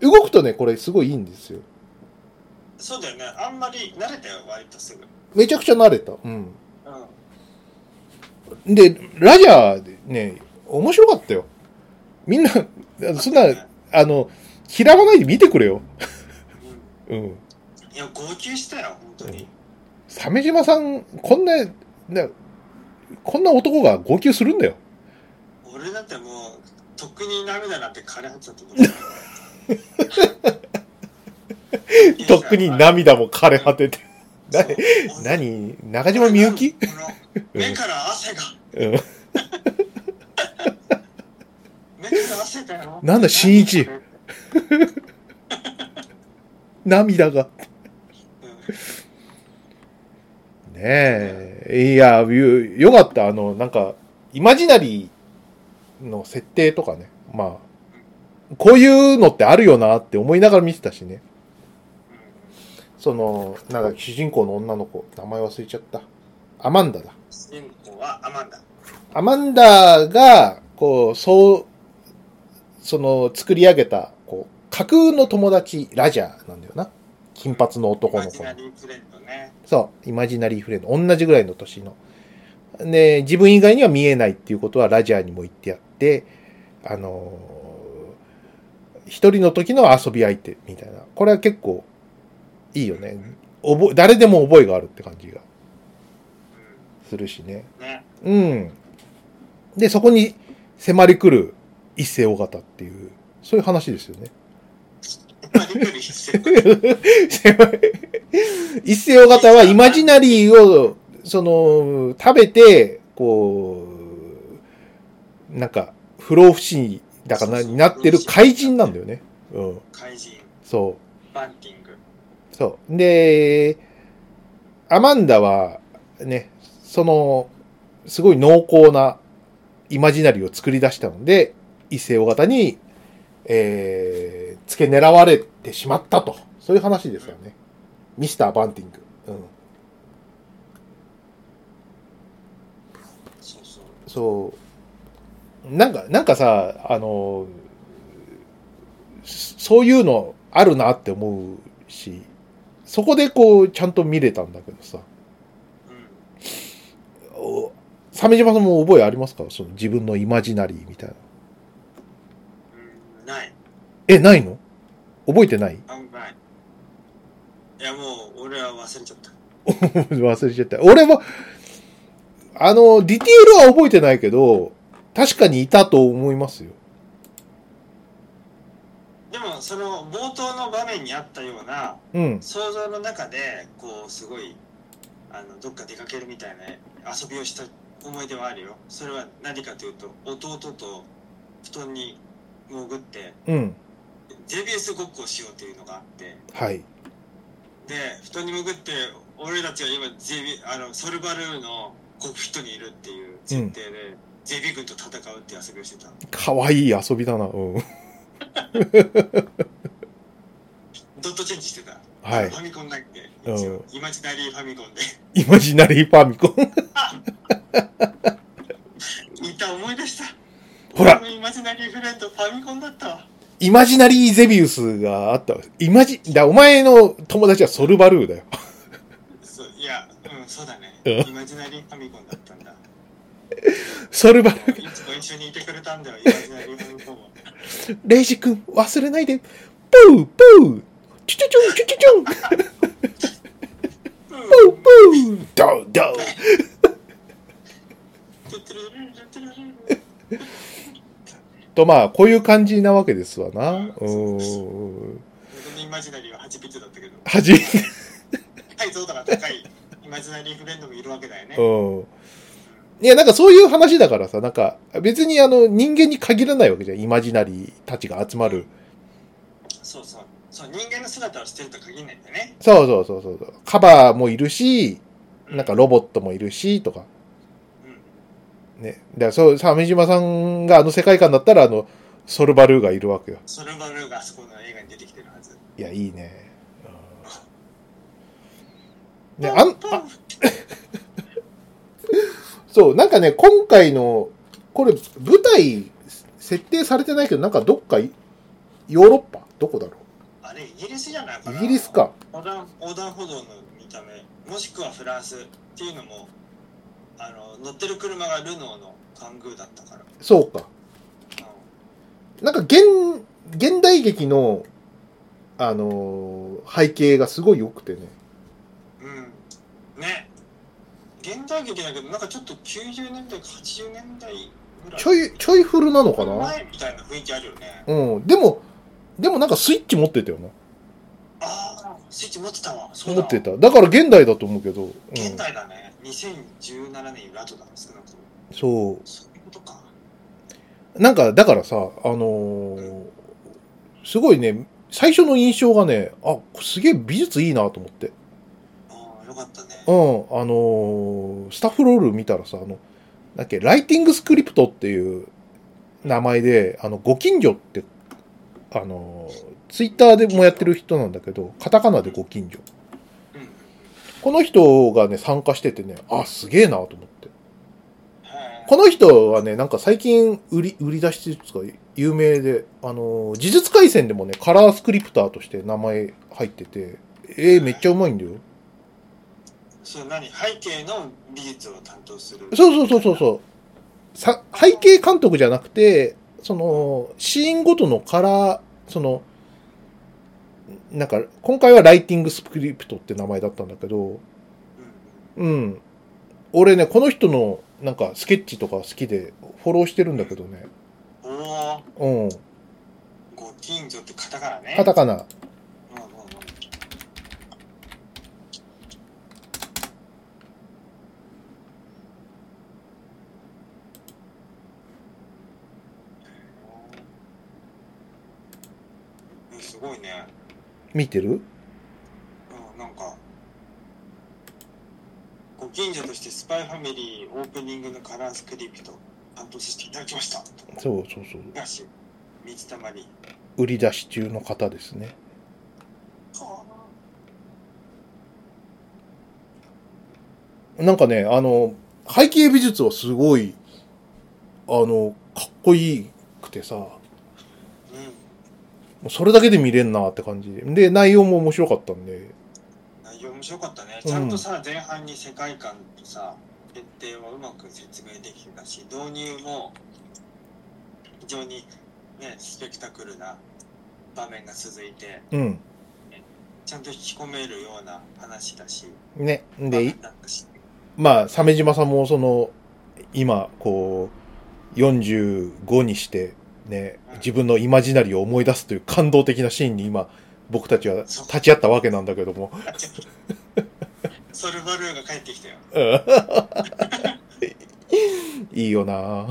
動くとね、これすごいいいんですよ。
そうだよねあんまり慣れたよ割とすぐ
めちゃくちゃ慣れた。うん。
うん
で、ラジャーでね、面白かったよ。みんな、そんな、あの、嫌わないで見てくれよ。
う
うん。
んいや号泣したよ本当に
鮫島さん、こんな、なこんな男が号泣するんだよ。
俺だってもうとっくに涙なんて枯れ果てたと思う
とっくに涙も枯れ果てて。 な
そう
何中島みゆき
この目から汗 が
うん。
目から汗だよ
なんだ新一
うん
涙が。ねえ。いや、よよかった。あの、なんか、イマジナリーの設定とかね。まあ、こういうのってあるよなって思いながら見てたしね。その、なんか主人公の女の子、名前忘れちゃった。アマンダだ。
主人公はアマンダ
アマンダが、こう、そう、その、作り上げた、こう、架空の友達、ラジャーなんだよな。金髪の男
イマ
の
ジ
子
ナ
の。
リーフレンドね
そう、イマジナリーフレンド。同じぐらいの年の。で、自分以外には見えないっていうことはラジャーにも言ってやって、あのー一人の時の遊び相手みたいな。これは結構いいよね。覚え誰でも覚えがあるって感じがするしね。
うんね
うん。で、そこに迫り来る一世尾形っていう、そういう話ですよね。
まあリクリしてる
一世尾形はイマジナリーを、その、食べて、こう、なんか、不老不死だかな、になってる怪人なんだよね。うん。
怪人
そう。
バンティング
そう。で、アマンダは、ね、その、すごい濃厚なイマジナリーを作り出したので、異性尾型に、えー、付け狙われてしまったと。そういう話ですよね。ミスター・バンティング。うん。
そうそう
そう。なんか、なんかさ、あの、そそういうのあるなって思うし、そこでこう、ちゃんと見れたんだけどさ。
うん
お鮫島さんも覚えありますかその自分のイマジナリーみたいな。
うんない
え、ないの覚えてない
あんまりいやもう俺は忘れちゃった
忘れちゃった。俺も、あの、ディテールは覚えてないけど、確かにいたと思いますよ。
でもその冒頭の場面にあったような
うん。
想像の中でこうすごいあのどっか出かけるみたいな遊びをした思い出はあるよそれは何かというと弟と布団に潜って
うん。
ゼビウスごっこをしようというのがあって
はい。
で布団に潜って俺たちは今ゼビあのソルバルーのコックピットにいるっていう設定で、ゼビ軍と戦うっていう遊びをしてた
かわいい遊びだな。うん。
ドットチェンジしてた、
はい
フ。ァミコンだっけ、
うん
一応イマジナリーファミコンで
イマジナリーファミコン。
いた思い出した。
ほら
俺のイマジナリーフレンドファミコンだったわ。
イマジナリーゼビウスがあったわイマジ、だ、お前の友達はソルバルーだよ。
そういや、うん、そうだね。
うん
イマジナリーファミコンだったん だ。
ソルバルー、
いつも一緒にいてくれたんだよ、イマジナリーファミコンは。
レイジ君、忘れないで。プー、プー、チュチュチュン、チュチュチュン、
うん
プー、プー、ドウ、ドウ。 と、まあ、こういう感じなわけですわな。うーん。
僕のイマジナリーは8ビットだったけど、
はじ、
解像度が高いイマジナリーフレンドもいるわけだよね。
うん。いや、なんかそういう話だからさ、なんか、別にあの、人間に限らないわけじゃん。イマジナリーたちが集まる。
そうそう。そう、人間の姿をしてるとは限らないんだね。
そうそうそうそうそう。カバーもいるし、
う
なんか、ロボットもいるし、とか。
うん、
ね。だから、そう、鮫島さんがあの世界観だったら、あの、ソルバルーがいるわけよ。
ソルバルーがあそこの映画に出てきてるはず。
いや、いいね。うんね、あん、あ、そう、なんかね、今回の、これ、舞台、設定されてないけど、なんかどっかい、ヨーロッパどこだろ
あれ、イギリスじゃないか
う
な
イギリス。か。
横断横断歩道の見た目、もしくはフランスっていうのも、あの乗ってる車がルノーのカングーだったから。
そうか。
うん
なんか、現、現代劇の、あのー背景がすごい良くてね。
うんね現代劇だけどなんかちょっと90年代か80年代ぐらい
ちょい、ちょい古なのかな
前みたいな雰囲気あるよね
うん。でも、でもなんかスイッチ持ってたよな。
ああスイッチ持ってたわそうだ
持ってた。だから現代だと思うけど。うん、
現代だね2017年より後だ少なくとも
そう。
そういうことか
なんか、だからさ、あのーすごいね、最初の印象がね、あ、すげえ美術いいなと思って。う
あ
ん、
あよかったね
あのースタッフロール見たらさ、あの、だっけ、ライティングスクリプトっていう名前で、あの、ご近所って、あのーツイッターでもやってる人なんだけど、カタカナでご近所。
うんうん
この人がね、参加しててね、あ、すげえなと思って。
へ
この人はね、なんか最近売り、売り出し術が有名で、あのー、呪術回戦でもね、カラースクリプターとして名前入ってて、えー、めっちゃうまいんだよ。
えそれ何背景の美術を担当する
そうそうそうそうそう。さ、背景監督じゃなくて、その、シーンごとのカラー、その、なんか、今回はライティングスクリプトって名前だったんだけど、
うんうん
うん。俺ね、この人の、なんか、スケッチとか好きで、フォローしてるんだけどね。
おお
うん。
ご近所って方からね
カタカナ。
うんうんうんうんすごいね、
見てる
うん、なんかご近所としてスパイファミリーオープニングのカラースクリプト担当させていただきました
そうそうそう。
東水溜り
売り出し中の方ですね。なんかね、あの、背景美術はすごい、あの、かっこいいくてさ、も
うん
うそれだけで見れんなって感じで。で、内容も面白かったんで、
内容面白かったね、
うん
ちゃんとさ前半に世界観とさ設定はうまく説明できてたし導入も非常にねスペクタクルな場面が続いて
うん。
ちゃんと引き込めるような話だし
ね。
場
で
面、だった し
まあ、鮫島さんもその、今、こう、45にして、ね、自分のイマジナリーを思い出すという感動的なシーンに今、僕たちは立ち会ったわけなんだけども。
ソルバルーが帰ってきたよ
うん いいよな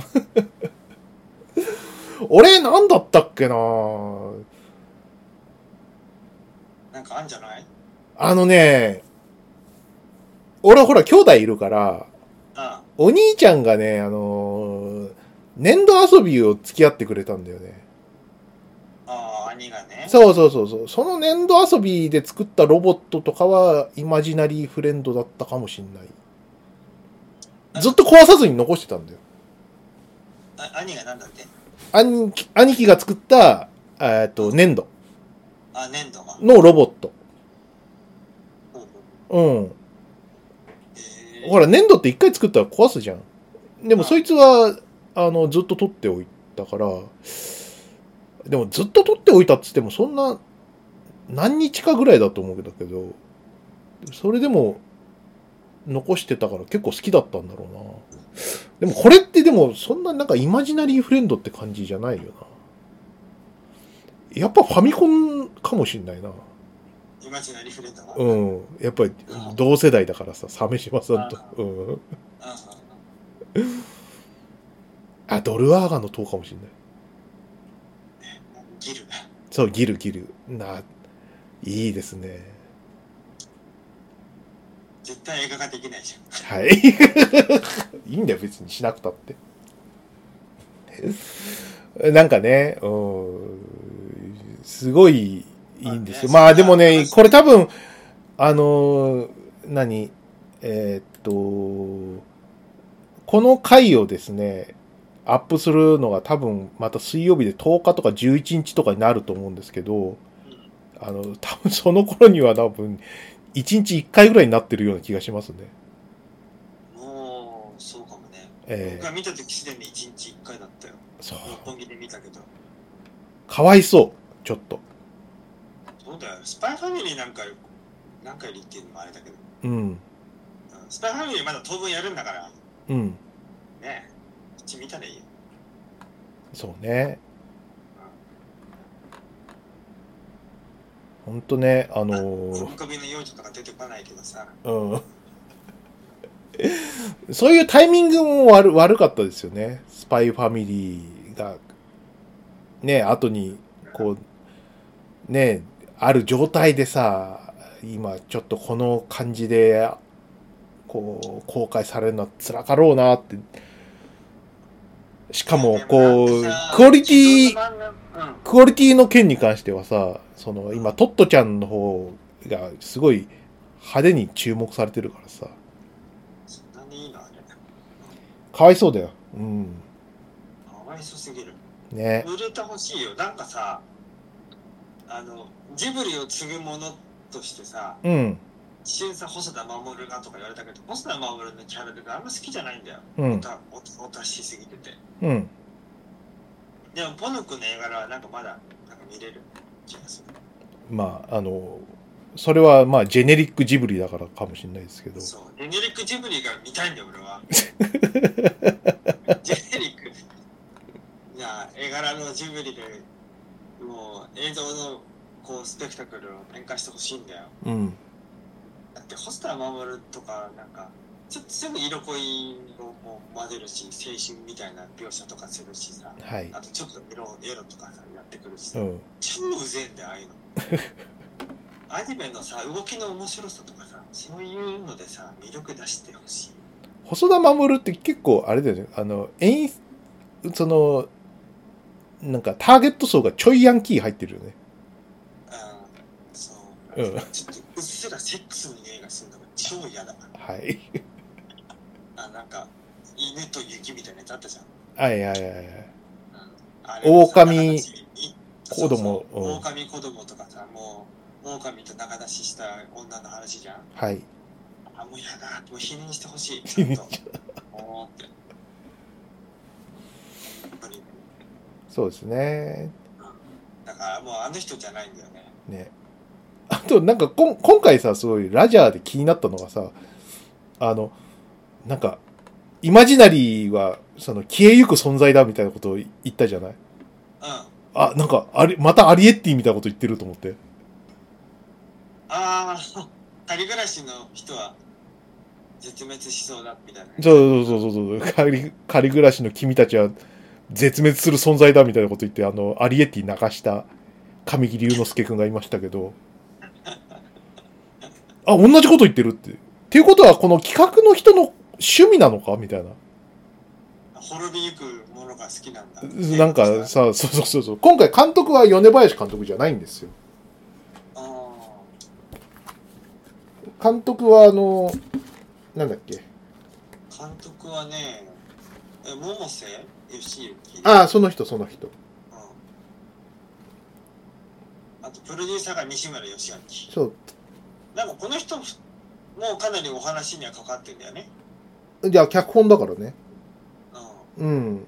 俺、なんだったっけな
なんかあんじゃない
あのね、俺ほら兄弟いるから、
あ
お兄ちゃんがね、あのー粘土遊びを付き合ってくれたんだよね。
あああ兄がね
そうそうそうそう。その粘土遊びで作ったロボットとかは、イマジナリーフレンドだったかもしんない。ずっと壊さずに残してたんだよ。
あ兄がなんだって
兄貴兄貴が作った、えっと、粘土
あ、粘土が。
のロボット。
ほうほう
うん。
えー
ほら、粘土って一回作ったら壊すじゃん。でも
はい
そいつは、あの、ずっと取っておいたから、でもずっと取っておいたっつってもそんな、何日かぐらいだと思うけどけど、それでも、残してたから結構好きだったんだろうな。でもこれってでもそんななんかイマジナリーフレンドって感じじゃないよな。やっぱファミコンかもしんないな。
イマジナリーフレンドが。うん。
うん。やっぱり同世代だからさ、鮫島さんと。うん。あ、ドルアーガの塔かもしれない。
ギル。
そう、ギルギル。な、いいですね。
絶対映画化できないじゃ
はい。 いいんだよ、別にしなくたって。 なんかね、うん、すごいいいんですよ。
ま
ま
あ
あ
ね
でもね、これ多分、あのー、何、えーっと、この回をですね、アップするのが多分また水曜日で10日とか11日とかになると思うんですけど、あの、多分その頃には多分、1日1回ぐらいになってるような気がしますね。
ん。もう、そうかもね。
え
僕
ー
が見た時すでに一日一回だったよ。
そう。
六本木で見たけど。
かわいそう。ちょっと。
そうだよ。スパイファミリーなんか、なんかよりっていうのもあれだけど。
うん。
うんスパイファミリーまだ当分やるんだから、
うん。
ね。こっち見たらいいよ。
そうね。ほんとね、あのー
喜びの幼女とか出てこないけどさ。
うん。そういうタイミングも悪悪かったですよね。スパイファミリーが、ね、後に、こう、ね、ある状態でさ、今ちょっとこの感じで、こう、公開されるのは辛かろうなって。しかも、こう
でもなんか、さ
クオリティ
自分の漫画うん。
クオリティの件に関してはさ、その今、トットちゃんの方がすごい派手に注目されてるからさ、
そんなにいいのあれ。
かわいそうだよ。うん。
かわいそうすぎる。
ね。
売れてほしいよ。なんかさ、あの、ジブリを継ぐものとしてさ、
うん。
新さ細田守がとか言われたけど、細田守のキャラがあんま好きじゃないんだよ。
うん
お。たおたおたしすぎてて。
うん。
でも、ポヌクの絵柄はなんかまだなんか見れる気がす
まあ、あの、それはまあ、ジェネリックジブリだからかもしれないですけど
る。。そう。ジェネリックジブリが見たいんだよ、俺は。ジェネリック。いや、絵柄のジブリで、もう映像のこうスペクタクルを展開してほしいんだよ。
うん。
だってホスター守るとかなんかちょっとすぐ色恋をもう混ぜるし青春みたいな描写とかするしさ
はい。
あとちょっと色エロとかさやってくるし
う
さ、
ん。
超うぜえんだよああいう のアニメのさ動きの面白さとかさそういうのでさ魅力出してほしい
細田守って結構、あれだよね。あの、演出、その、なんかターゲット層がちょいヤンキー入ってるよね。
あーそう、
うん
ちょっとうっすらセックスの匂いがするのが超嫌だ
はい。
あなんか犬と雪みたいなやつあったじゃん
はいはいはいはい。
あれもさ
狼
仲出しに
子供
そうそう
うん
狼子供とかさ、もう、狼と仲出しした女の話じゃん。
はい。
あ、もうやだ、もう否認してほしい。ちょっと。おーって。本当に
そうですね。
だからもうあの人じゃないんだよね。
ね。あと、なんかこん、今回さ、すごい、ラジャーで気になったのがさ、あの、なんか、イマジナリーは、その、消えゆく存在だみたいなことを言ったじゃない
うん。あ
あ、なんか、あれ、またアリエッティみたいなこと言ってると思って。
あー、 仮暮らしの人は絶滅しそうだ、みたいな。
そうそうそうそうそう、仮、仮暮らしの君たちは、絶滅する存在だみたいなこと言って、あの、アリエッティ泣かした、神木隆之介くんがいましたけど、あ、同じこと言ってるって。っていうことは、この企画の人の趣味なのかみたいな。
滅びゆくものが好きなんだ。
なんかさ、そうそうそうそう。今回監督は米林監督じゃないんですよ。
あー
監督はあの、なんだっけ。
監督はね、え、百瀬義行。
ああ、その人、その人。
うんあと、プロデューサーが西村義明。
そ
なんか、この人もかなりお話にはかかってんだよね。
う。じゃあ、脚本だからね。
う
うん。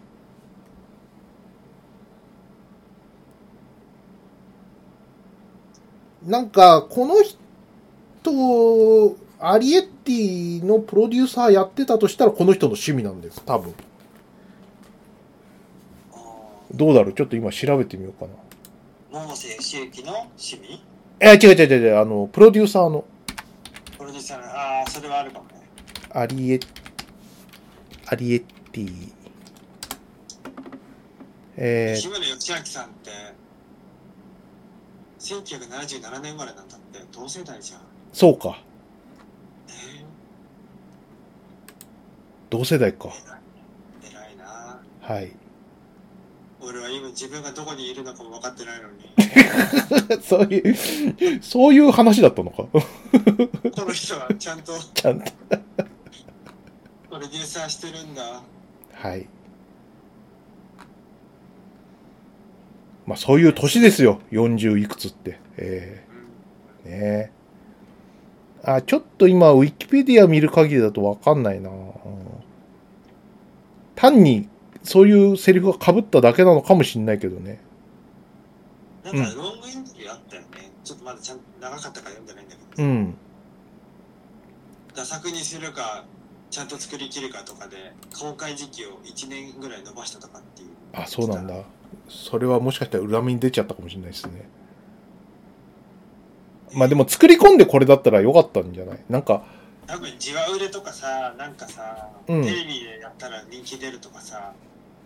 なんか、この人、アリエッティのプロデューサーやってたとしたら、この人の趣味なんです、多分。
ん。うん
どうだろうちょっと今調べてみようかな。
百瀬義行の趣味
え、違う違う違う違う、あの、プロデューサーの
プロデューサーの、ああ、それはあるかもね。
アリエ、アリエッティ。え
西村義明さんって、1977年生まれなんだって、同世代じゃん。
ー、そうか。
ね
同世代か
え。偉い偉いな。
はい。
俺は今自分がどこにいるのかも分かってないの に。
そういう、そういう話だったのか
この人はちゃんと
ちゃんと。
プロデューサーしてるんだ。
はい。まあそういう年ですよ。40いくつって。え
うん
ー、ねえ。あ、ちょっと今、ウィキペディア見る限りだとわかんないな、うん単に、そういうセリフが被っただけなのかもしんないけどね。
なんかロングインタビューあったよね。ちょっとまだちゃんと長かったから読んでないんだけ
う
ど。
ん。
打作にするか、ちゃんと作り切るかとかで、公開時期を1年ぐらい伸ばしたとかっていう。
あ、そうなんだ。それはもしかしたら裏目に出ちゃったかもしれないですね。まあでも作り込んでこれだったらよかったんじゃないなんか、
多分じわ売れとかさなんかさ、
うん
テレビでやったら人気出るとかさ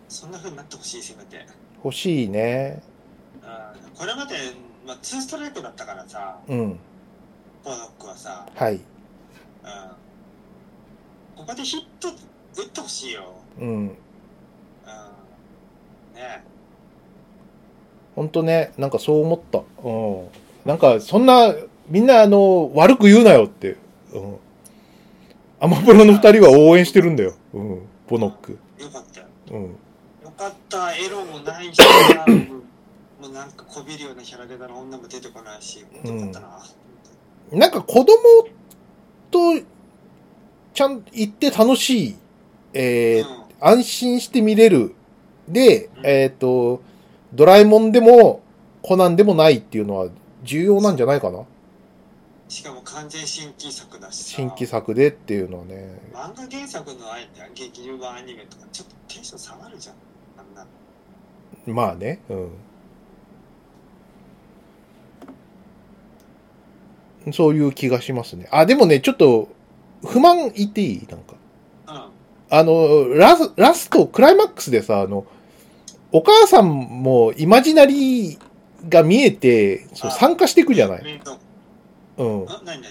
そんな風になってほしいせめて、
欲しいね。
うん、これまで、まあ、2ストライクだったからさ
うん。
ポノックはさ、
はい。
うん、ここでヒット打ってほしいよ、
うん。
うん、ね
ほんとね、なんかそう思った。うん。なんかそんな、みんなあの、悪く言うなよって。うん。アマプロの二人は応援してるんだよ。うん。ボノック。
よかったよ
うん。
よかったエロもないしさもうなんかこびるようなキャラでだの女も出てこないしよかったな、
なんか子供と、ちゃん、行って楽しい。えー、
うん
安心して見れる。で
う、ん
えっ、と、ドラえもんでも、コナンでもないっていうのは重要なんじゃないかな
しかも完全新規作だしさ
新規作でっていうのはね。
漫画原作のアイデア劇場版アニメとかちょっとテンション下がるじゃんあんなの
まあね、うん。そういう気がしますね。あ、でもね、ちょっと、不満言っていいなんか。
うん
あの、ラスラスト、クライマックスでさ、あの、お母さんもイマジナリーが見えて、そ
あ
う参加していくじゃない、
えっと
うん、
ん何何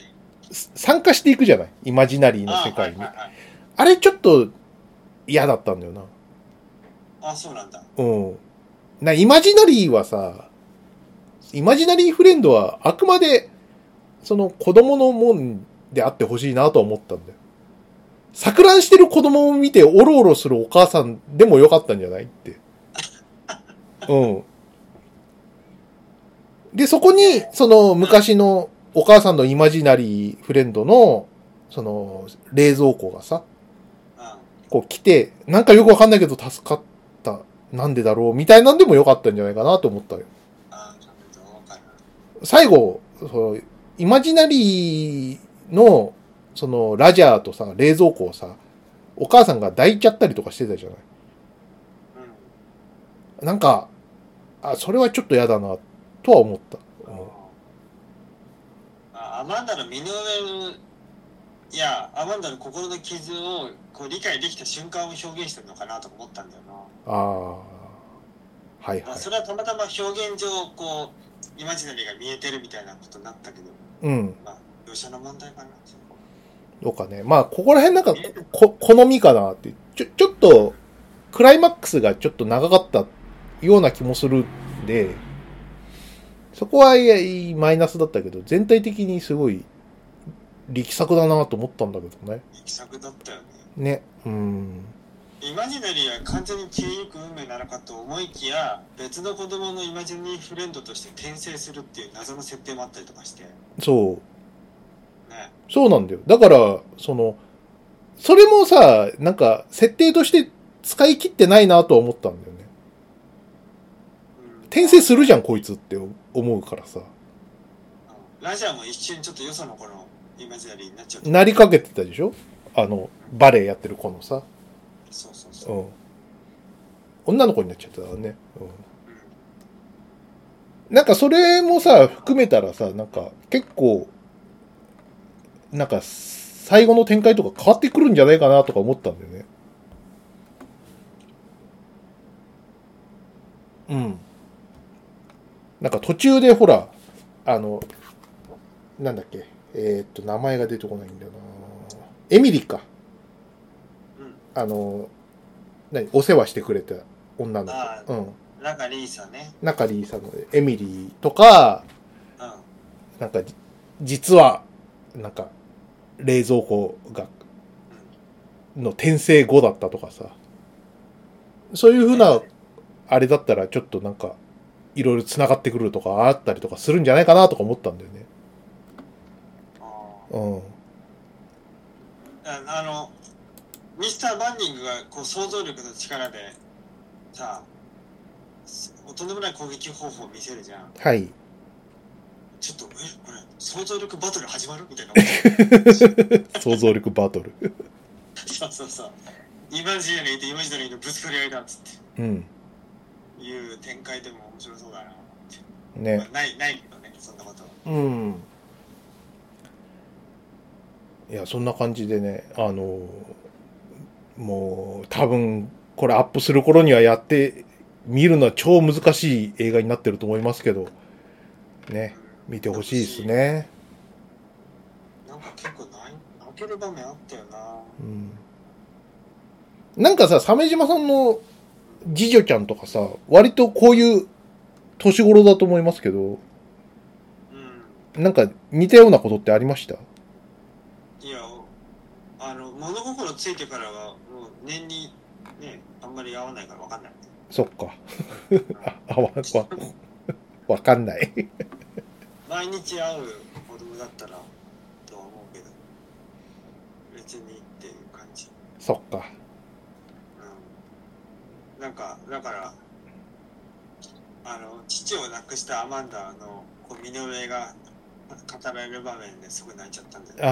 参加していくじゃないイマジナリーの
あ
世界に。
はいはいはい
あれちょっと嫌だったんだよな。
あそうなんだ
うん。な、イマジナリーはさ、イマジナリーフレンドはあくまで、その子供のもんであってほしいなとは思ったんだよ。錯乱してる子供を見ておろおろするお母さんでもよかったんじゃないって。うん。で、そこに、その昔のお母さんのイマジナリーフレンドの、その冷蔵庫がさ、
う
こう来て、なんかよくわかんないけど助かった、なんでだろう、みたいなんでもよかったんじゃないかなと思ったよ。
んあちょっとどうかな
最後、その、イマジナリーの、その、ラジャーとさ、冷蔵庫をさ、お母さんが抱いちゃったりとかしてたじゃない。
う
なんか、あ、それはちょっと嫌だな、とは思った。
んあアマンダの身の上のいやアマンダの心の傷をこう理解できた瞬間を表現してるのかなとか思ったんだよな、
ああ、はい
ま
は
あ、
い。
それはたまたま表現上こうイマジナリーが見えてるみたいなことになったけど
うん。
まあ描写の問題かなそこ
どうかね。まあ、ここら辺なんか、こ、好みかなって。ちょ、ちょっと、クライマックスがちょっと長かったような気もするんで、そこはいやいいマイナスだったけど、全体的にすごい力作だなと思ったんだけどね。
力作だったよね
ね。うん。
イマジナリーは完全に消えゆく運命なのかと思いきや別の子供のイマジナリーフレンドとして転生するっていう謎の設定もあったりとかしてね
そう。そうなんだよ。だから、その、それもさ、なんか、設定として使い切ってないなとは思ったんだよね。
うん
転生するじゃん、こいつって思うからさ。
ラジャーも一瞬ちょっとよその子のイマジナリーになっちゃう
なりかけてたでしょあの、バレエやってる子のさ。
そうそう
う
そう、
ん。女の子になっちゃったからね。
うん
うん。なんか、それもさ、含めたらさ、なんか、結構、なんか、最後の展開とか変わってくるんじゃないかなとか思ったんだよね。うん。なんか途中でほら、あの、なんだっけ、えーっと、名前が出てこないんだよなエミリか。
うん
あの、何、お世話してくれた女の
あ
子。うん。
なんかリーさね
中里さんのエミリーとか、
うん
なんか、じ実は、なんか、冷蔵庫が、の転生後だったとかさ。そういうふうな、あれだったら、ちょっとなんか、いろいろ繋がってくるとか、あったりとかするんじゃないかなとか思ったんだよね。
あ
うん。
あのミスター・バンニングがこう想像力の力でさすとんでもない攻撃方法を見せるじゃん
はい。
ちょっとえこれ想像力バトル始まるみたいな
想像力バトル。
そうそうそうイマジナリーとイマジナリーのぶつかり合いだっつって
うん。
いう展開でも面白そうだな、ま
ね
あ。ないないけどねそんなことは
うん。いや、そんな感じでね、あの、もう、多分、これアップする頃にはやって、見るのは超難しい映画になってると思いますけど、ね、見てほしいですね。
なんか結構ない泣ける場面あったよな
うん。なんかさ、鮫島さんの次女ちゃんとかさ、割とこういう年頃だと思いますけ
う
ど、
ん
なんか似たようなことってありました
いやあの物心ついてからはもう年にねあんまり合わないから分かんない
そっか。 あ、あわ、わ、わかんない。
毎日会う子供だったらとは思うけど別にっていう感じ
そっか。
うんなんかだからあの父を亡くしたアマンダのこう身の上が語られる場面ですごい泣いちゃったんだよね
あ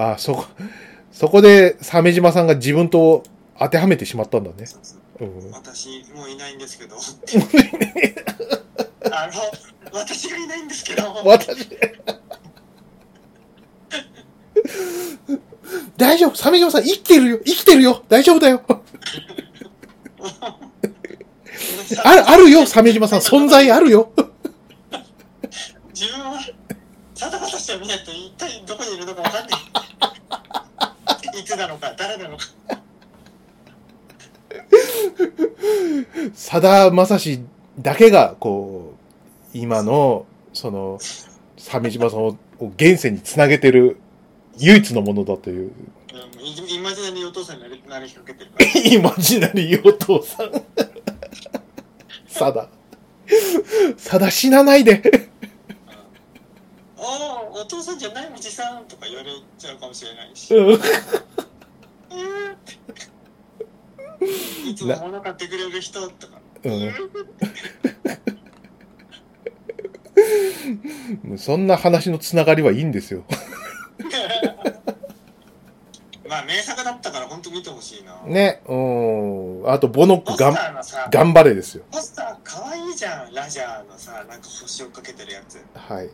あ、ああ、そこ、そこで、鮫島さんが自分と当てはめてしまったんだね。
そうそう
うん。
私もういないんですけどあの私がいないんですけど
私、大丈夫、鮫島さん生きてるよ、生きてるよ、大丈夫だよ。ある、あるよ、鮫島さん、存在あるよ。
自分はさだまさしを見ないと一体どこにいるのかわかんないいつなのか誰なのか
さだまさしだけが、こう、今の、その、鮫島さんをを現世につなげてる唯一のものだとい
う
う。
んイイマジナリーお父さんになりなりかけてるから
イマジナリーお父さん。 さだ。さだ死なないで。
「ああお父さんじゃないおじさん」とか言われちゃうかもしれないし
うん
「えーいつも物買ってくれる人」とか「
うん
えー
もうそんな話のつながりはいいんですよ。
まあ名作だったから本当見てほしいな。
ね。うん。あと、ボノッ
ポ
ク
スタ
がん、
ーのさ、
頑張れですよ。
ポスター可愛いじゃん、ラジャーのさ、なんか星をかけてるやつ。
はい。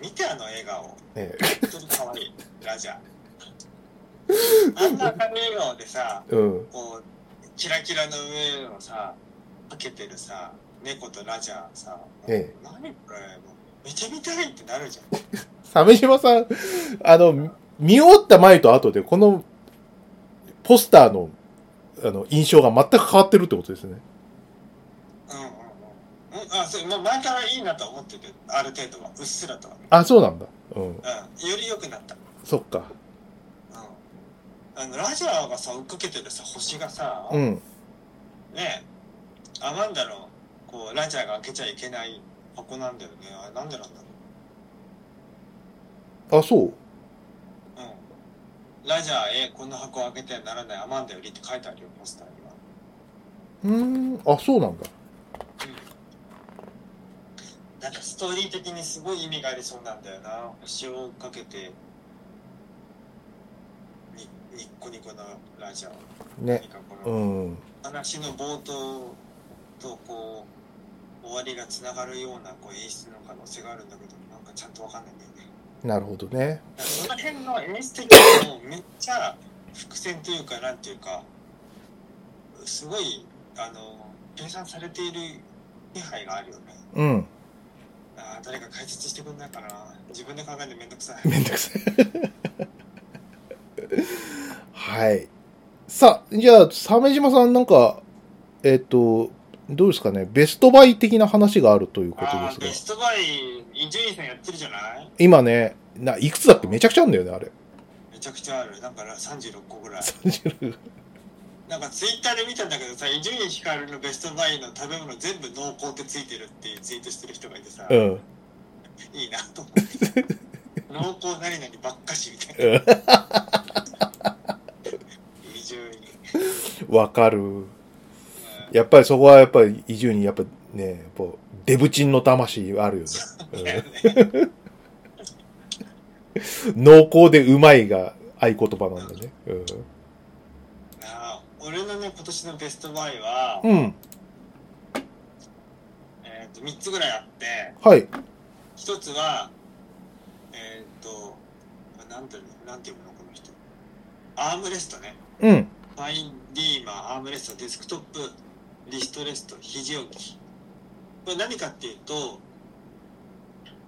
見てあの笑顔。本
ね、
当に可愛い、ラジャー。あんな明るい笑顔でさ、
うん。
こう、キラキラの上をさ、かけてるさ、猫とラジャーさ、
ええ
何これ、もう見てみたいってなるじゃん。
鮫島さん、あの、見終わった前と後で、この、ポスターの、あの、印象が全く変わってるってことですね。
うんうんうん。うん、あ、そう、もう前からいいなとは思ってて、ある程度は、うっすらとはね。
あ、そうなんだ。うん。
うん、より良くなった。うん。
そっか。
あのラジャーがさ追っかけてるさ星がさ、
うん。
ねアマンダのこうラジャーが開けちゃいけない箱なんだよねあれなんでなんだろ
あ、そう。
ううんラジャーへこんな箱を開けてはならないアマンダよりって書いてあるよポスターには
うーん。あ、そうなんだ。
うんなんかストーリー的にすごい意味がありそうなんだよな星を追っかけてにニッコニコなラジャー
ね
何。かこの、
うん。
話の冒頭とこう終わりがつながるようなこう演出の可能性があるんだけどなんかちゃんとわかんないんだよね
なるほどね。
だからその辺の演出的にもめっちゃ伏線というかなんていうかすごいあの計算されている気配があるよね
うん。
あー誰か解説してくんないかな自分で考えてめんどくさい
めんどくさい。はい。さあ、じゃあ、鮫島さんなんか、えっ、と、どうですかね、ベストバイ的な話があるということ
ああベ
ですが、
ストバイ伊集院さんやってるじゃない
今ね、ないくつだっけめちゃくちゃあるんだよね、あれ。
めちゃくちゃあるだから36個ぐらい
36
なんかツイッターで見たんだけどさ、伊集院光のベストバイの食べ物全部濃厚ってついてるっていうツイートしてる人がいてさ、
うん。
いいなと思って。濃厚何々ばっかしみたいな。伊集院。
わかる。やっぱりそこはやっぱり移住にやっぱね、やっぱデブチンの魂あるよ
うん
ね。うん濃厚でうまいが合言葉なんだね。
なあ俺のね、今年のベストバイは、
うん。うん。
えーと3つぐらいあって、
はい。
1つは、えっ、と、なんていうのなんていうのこの人。アームレストね。
うん。
ファインディーマー、アームレスト、デスクトップ、リストレスト、肘置き。これ何かっていうと、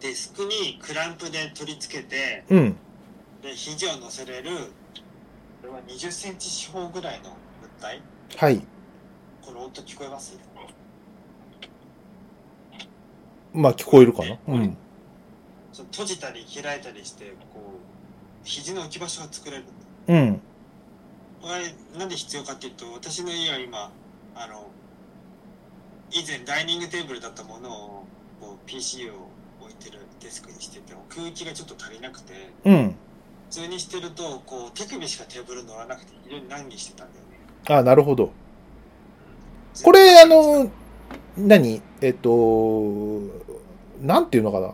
デスクにクランプで取り付けて、
うん。
で肘を乗せれる、これは20センチ四方ぐらいの物体。
はい。
これ音聞こえます
まあ聞こえるかな。うん。
その閉じたり開いたりして、こう、肘の置き場所が作れる。
うん。
これなんで必要かっていうと、私の家は今、あの、以前ダイニングテーブルだったものを、こう PC を置いてるデスクにしてて、空気がちょっと足りなくて、
うん。
普通にしてると、こう手首しかテーブル乗らなくて、非常に難儀してたんだよね。
あ、なるほど。これ、あ、の、何えっと、なんていうのかな。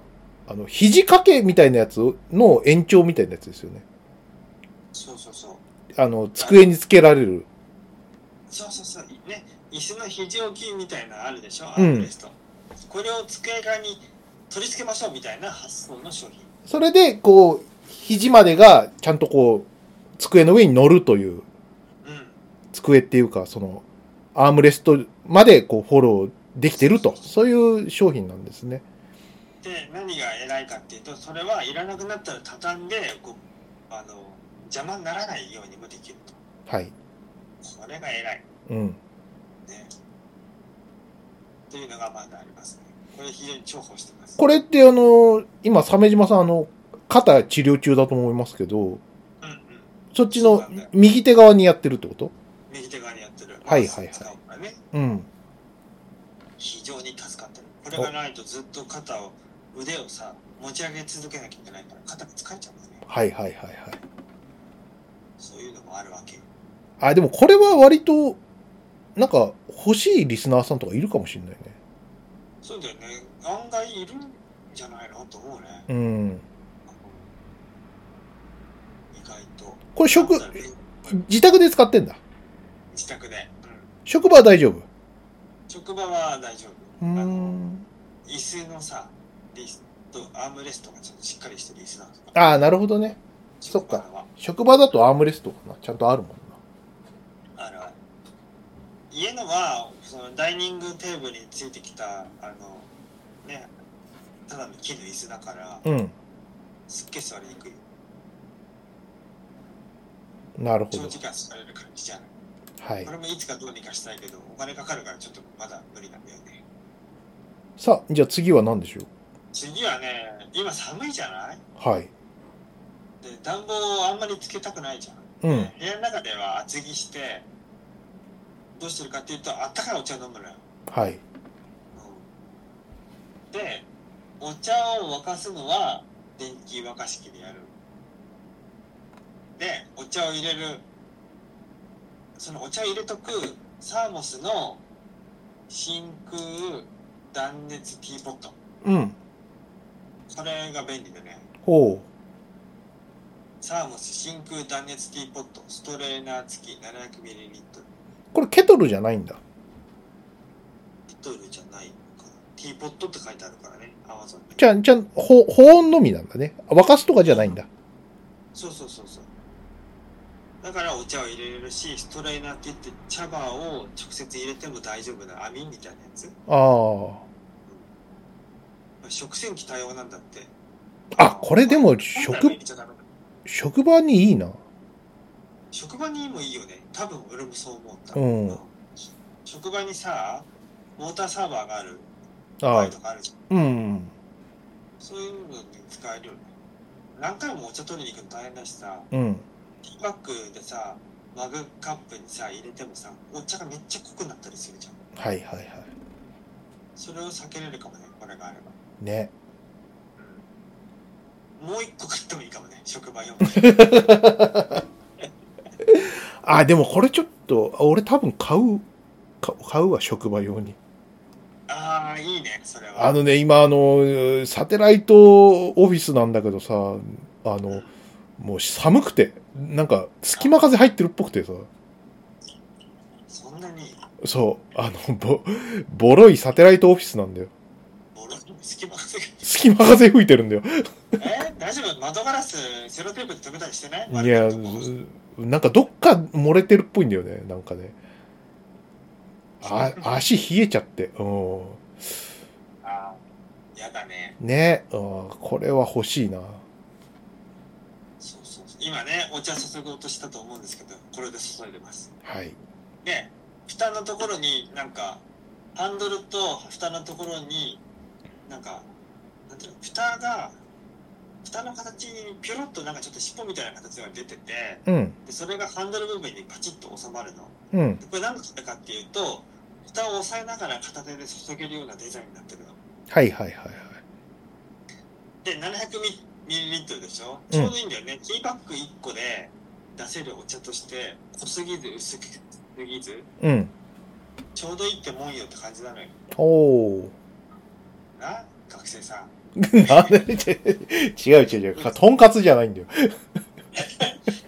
あの、肘掛けみたいなやつの延長みたいなやつですよね。
そうそうそう。
あの、机につけられる。
そうそうそう。ね、椅子の肘置きみたいなのあるでしょ、ア
う
ー
ん
ムレスト。これを机側に取り付けましょうみたいな発想の商品。
それで、こう、肘までがちゃんとこう、机の上に乗るという、
うん。
机っていうか、その、アームレストまでこう、フォローできてると。そういう商品なんですね。
で何が偉いかっていうとそれはいらなくなったら畳んでこうあの邪魔にならないようにもできると
はい。
これが偉い
うん。
ねというのがまだありますねこれ非常に重宝してます
これってあの、今、鮫島さん、あの、肩治療中だと思いますけど、
うんうん
そっち
そう
の
なんだよ
右手側にやってるってこと
右手側にやってる
はいはいはい
使うからね
うん。
非常に助かってるこれがないとずっと肩を腕をさ持ち上げ続けなきゃいけないから肩が疲れちゃうんだよね
はいはいはいはい。
そういうのもあるわけよ
あ、でもこれは割と、なんか、欲しいリスナーさんとかいるかもしれないね。
そうだよね案外いるんじゃないのと思うね
うん。
意外と
これ職
なんだ、ろう
自宅で使ってんだ。
自宅で、
職場は大丈夫。
職場は大丈
う
夫、あの
ん。
椅子のさリストアームレストがちょっとしっかりしてる椅子なんですよ
ああ、なるほどね。そっか
職場は
職場だとアームレストかな。ちゃんとあるもん
あの家のはそのダイニングテーブルについてきたあのねただの木の椅子だから
な。
すっげえ座りにくい
うん。なるほ
長
ど。
時間座れる感じじゃない
はい
こ。れもいつかどうにかしたいけどお金かかるからちょっとまだ無理なんだよね
さあ、じゃあ次は何でしょう
次はね今寒いじゃない
はい。
で暖房をあんまりつけたくないじゃん
うん。
部屋の中では厚着して、どうしてるかっていうと、あったかいお茶を飲むのよ。
はい。
うんで、お茶を沸かすのは電気沸かし器でやる。で、お茶を入れる、そのお茶を入れとくサーモスの真空断熱ティーポット。
うん。
これが便利でね。
ほ
サーモス真空断熱ティーポット、ストレーナー付き 700ml。リ
う。これケトルじゃないんだ。
ットルじゃないのかな。ティーポットって書いてあるからね、アマゾンに。
じゃあ、じゃあ、ほ保温のみなんだね。沸かすとかじゃないんだ。
そうそうそうそうだからお茶を入れれるしストレーナーって言って茶葉を直接入れても大丈夫な網みたいなやつ
あ
食洗機対応なんだって
あ。あ、これでも、
本来は
職
入、れちゃダメだ
職場にいいな。
職場にもいいよね多分俺もそう思った、
うん
し職場にさウォーターサーバーがある場
あ
合
あ
とかあるじゃん
うん。
そういうのに使えるよね何回もお茶取りに行くの大変だしさ
うん。
ティーバッグでさマグカップにさ入れてもさお茶がめっちゃ濃くなったりするじゃん
はいはいは
それを避けれるかもねこれがあれば
い。ね。
もう一個買ってもいいかもね職場用
あ、でもこれちょっと、あ俺多分買う、か買うわ、職場用に。
ああいいねそれは
あのね、今、あの、サテライトオフィスなんだけどさ、あの、もう寒くて、なんか、隙間風入ってるっぽくてさ、
そんなに
そう、あの、ぼ、 ボロいサテライトオフィスなんだよ。
ボロ隙間がす
隙間風吹いてるんだよ。
えー、大丈夫窓ガラスセロテープで止めたりしてない
い
割
や、
れたりとか
ずなんかどっか漏れてるっぽいんだよね、なんかね。あ、足冷えちゃって。うん。
あーやだね
ね、うん、これは欲しいな。
そうそうそう今ねお茶注ごうとしたと思うんですけどこれで注いでます
はい。
で蓋のところになんかハンドルと蓋のところになんかなんていうの蓋が蓋の形にピョロッとなんかちょっと尻尾みたいな形が出てて
うん、
でそれがハンドル部分にパチッと収まるの
うん。
でこれ何の蓋かっていうと蓋を押さえながら片手で注げるようなデザインになってるの
はいはいはいはい。
で 700ml でしょ
う
ち
ん
ょうどいいんだよね、ティーバッグ1個で出せるお茶として濃すぎず薄すぎず
うん。
ちょうどいいってもんよって感じなのよ
お ー。
な学生さん
なんで違う違う違う。かとんかつじゃないんだよ。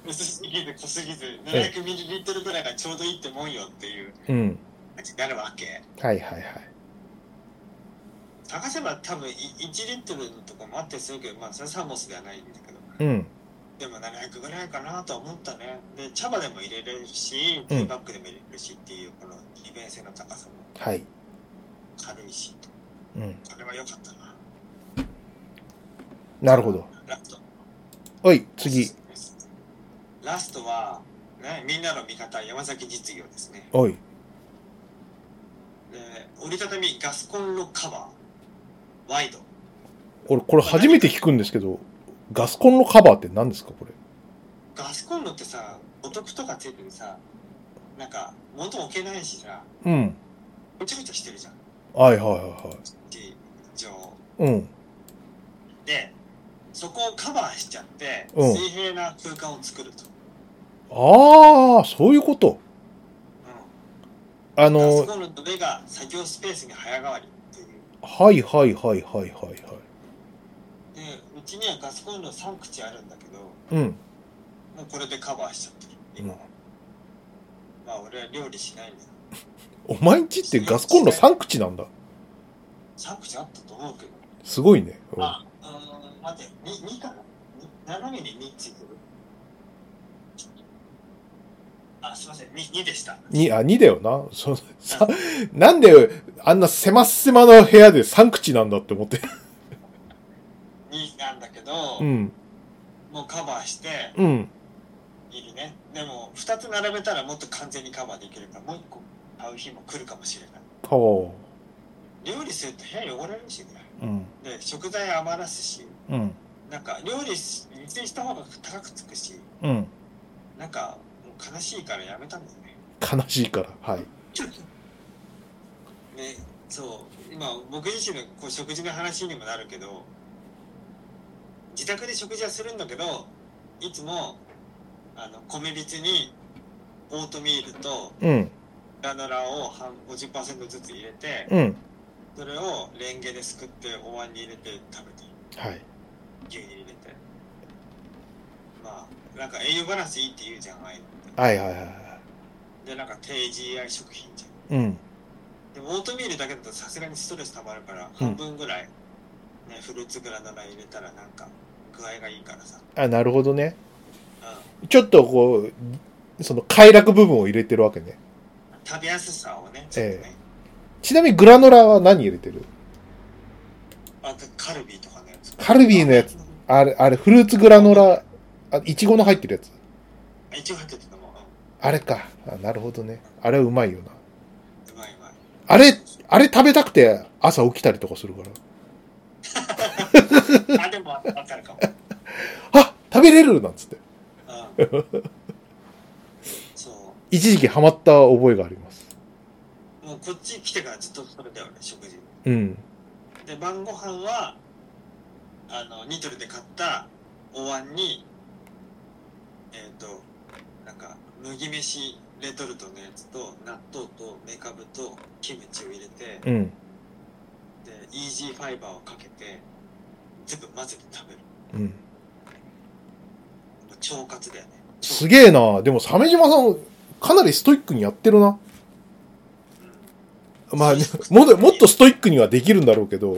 薄すぎず濃すぎず 700ml ぐらいがちょうどいいってもんよっていう
うん。
感じになるわけ
はいはいはい。
探せば多分い1リットルのとかもあってするけどまあそれサーモスではないんだけど
うん。
でも700ぐらいかなとは思ったねで茶葉でも入れれるし
う
テ
ん
ィーバッグでも入れれるしっていうこの利便性の高さも
はい。
軽いし
うん。
これは良かったな
なるほど。
ラスト
おい、次。
ラストは、ね、みんなの味方山崎実業ですね
おい。
で折りたたみガスコンロカバーワイド
俺、これ初めて聞くんですけど、ガスコンロカバーって何ですかこれ。
ガスコンロってさお得とかついててさなんか物置けないしさ
うん。
ぐちゃぐちゃしてるじゃん
はいはいはいはい。
地上
うん。
でそこをカバーしちゃって
うん
水平な空間を作ると、
ああ、そういうこと。あ
ガス
の、
コンロの上が作業スペースに早変わりっていう
はいはいはいはいはいはい。
でうちにはガスコンロ3口あるんだけど
うん。
もうこれでカバーしちゃってる今、
うん
まあ俺は料理しないんだよ
お前んちってガスコンロ3口なんだ。
3口あったと思うけど、
すごいね。うん
あうーん待って 2, 2かなに斜めに2ついくあすいません 2, 2でした
に、あ、2だよな。そさなんで、あんな狭狭の部屋で3口なんだって思って。
2なんだけど、
うん。
もうカバーして
うん。
いるねでも2つ並べたらもっと完全にカバーできるからもう1個買う日も来るかもしれない
ほ
料理すると部屋汚れるしね
う。うん。
で食材余らすし
うん。
なんか料理し水にした方が高くつくし
うん。
なんか、もう悲しいからやめたんだよね。
悲しいから。はい。
ね、そう、今、僕自身のこう食事の話にもなるけど、自宅で食事はするんだけど、いつも、あの、米びつに、オートミールと
うん。
ラノラを半50%ずつ入れて、
うん。
それをレンゲですくってお椀に入れて食べてる
はい。
牛乳入れてまあなんか栄養バランスいいって言うじゃんああいうのって
はいはいはいは
でなんか低 GI 食品じゃん
い。うん。
でもオートミールだけだとさすがにストレス溜まるから半分ぐらい、ね、フルーツグラノラ入れたらなんか具合がいいからさ
あ、なるほどね。
う
ちょっとこう、その快楽部分を入れてるわけね。
ん食べやすさをねちょっとね、
ちなみにグラノラは何入れてる
あとカルビーとかのやつ
カルビーのやつあれ、あれ、フルーツグラノラ、あ、いちごの入ってるやつ。
あ一応入ってたのも
あれか。あなるほどね。あれはうまいよな。
うんうまいうまい
あれ、あれ食べたくて朝起きたりとかするから。
あでも分かるかも
あ食べれるなんつって。
うん そう
一時期ハマった覚えがあります。
もうこっち来てからずっとそれだよね、食事。
うん。
で、晩ご飯は、あの、ニトリで買ったお椀に、えっ、と、なんか、麦飯レトルトのやつと、納豆とメカブとキムチを入れて、
うん。
で、イージーファイバーをかけて、全部混ぜて食べる。
うん。
もう腸活だよね。
すげえな。でも、鮫島さん、かなりストイックにやってるな。まあ、ね もっともっとストイックにはできるんだろうけど、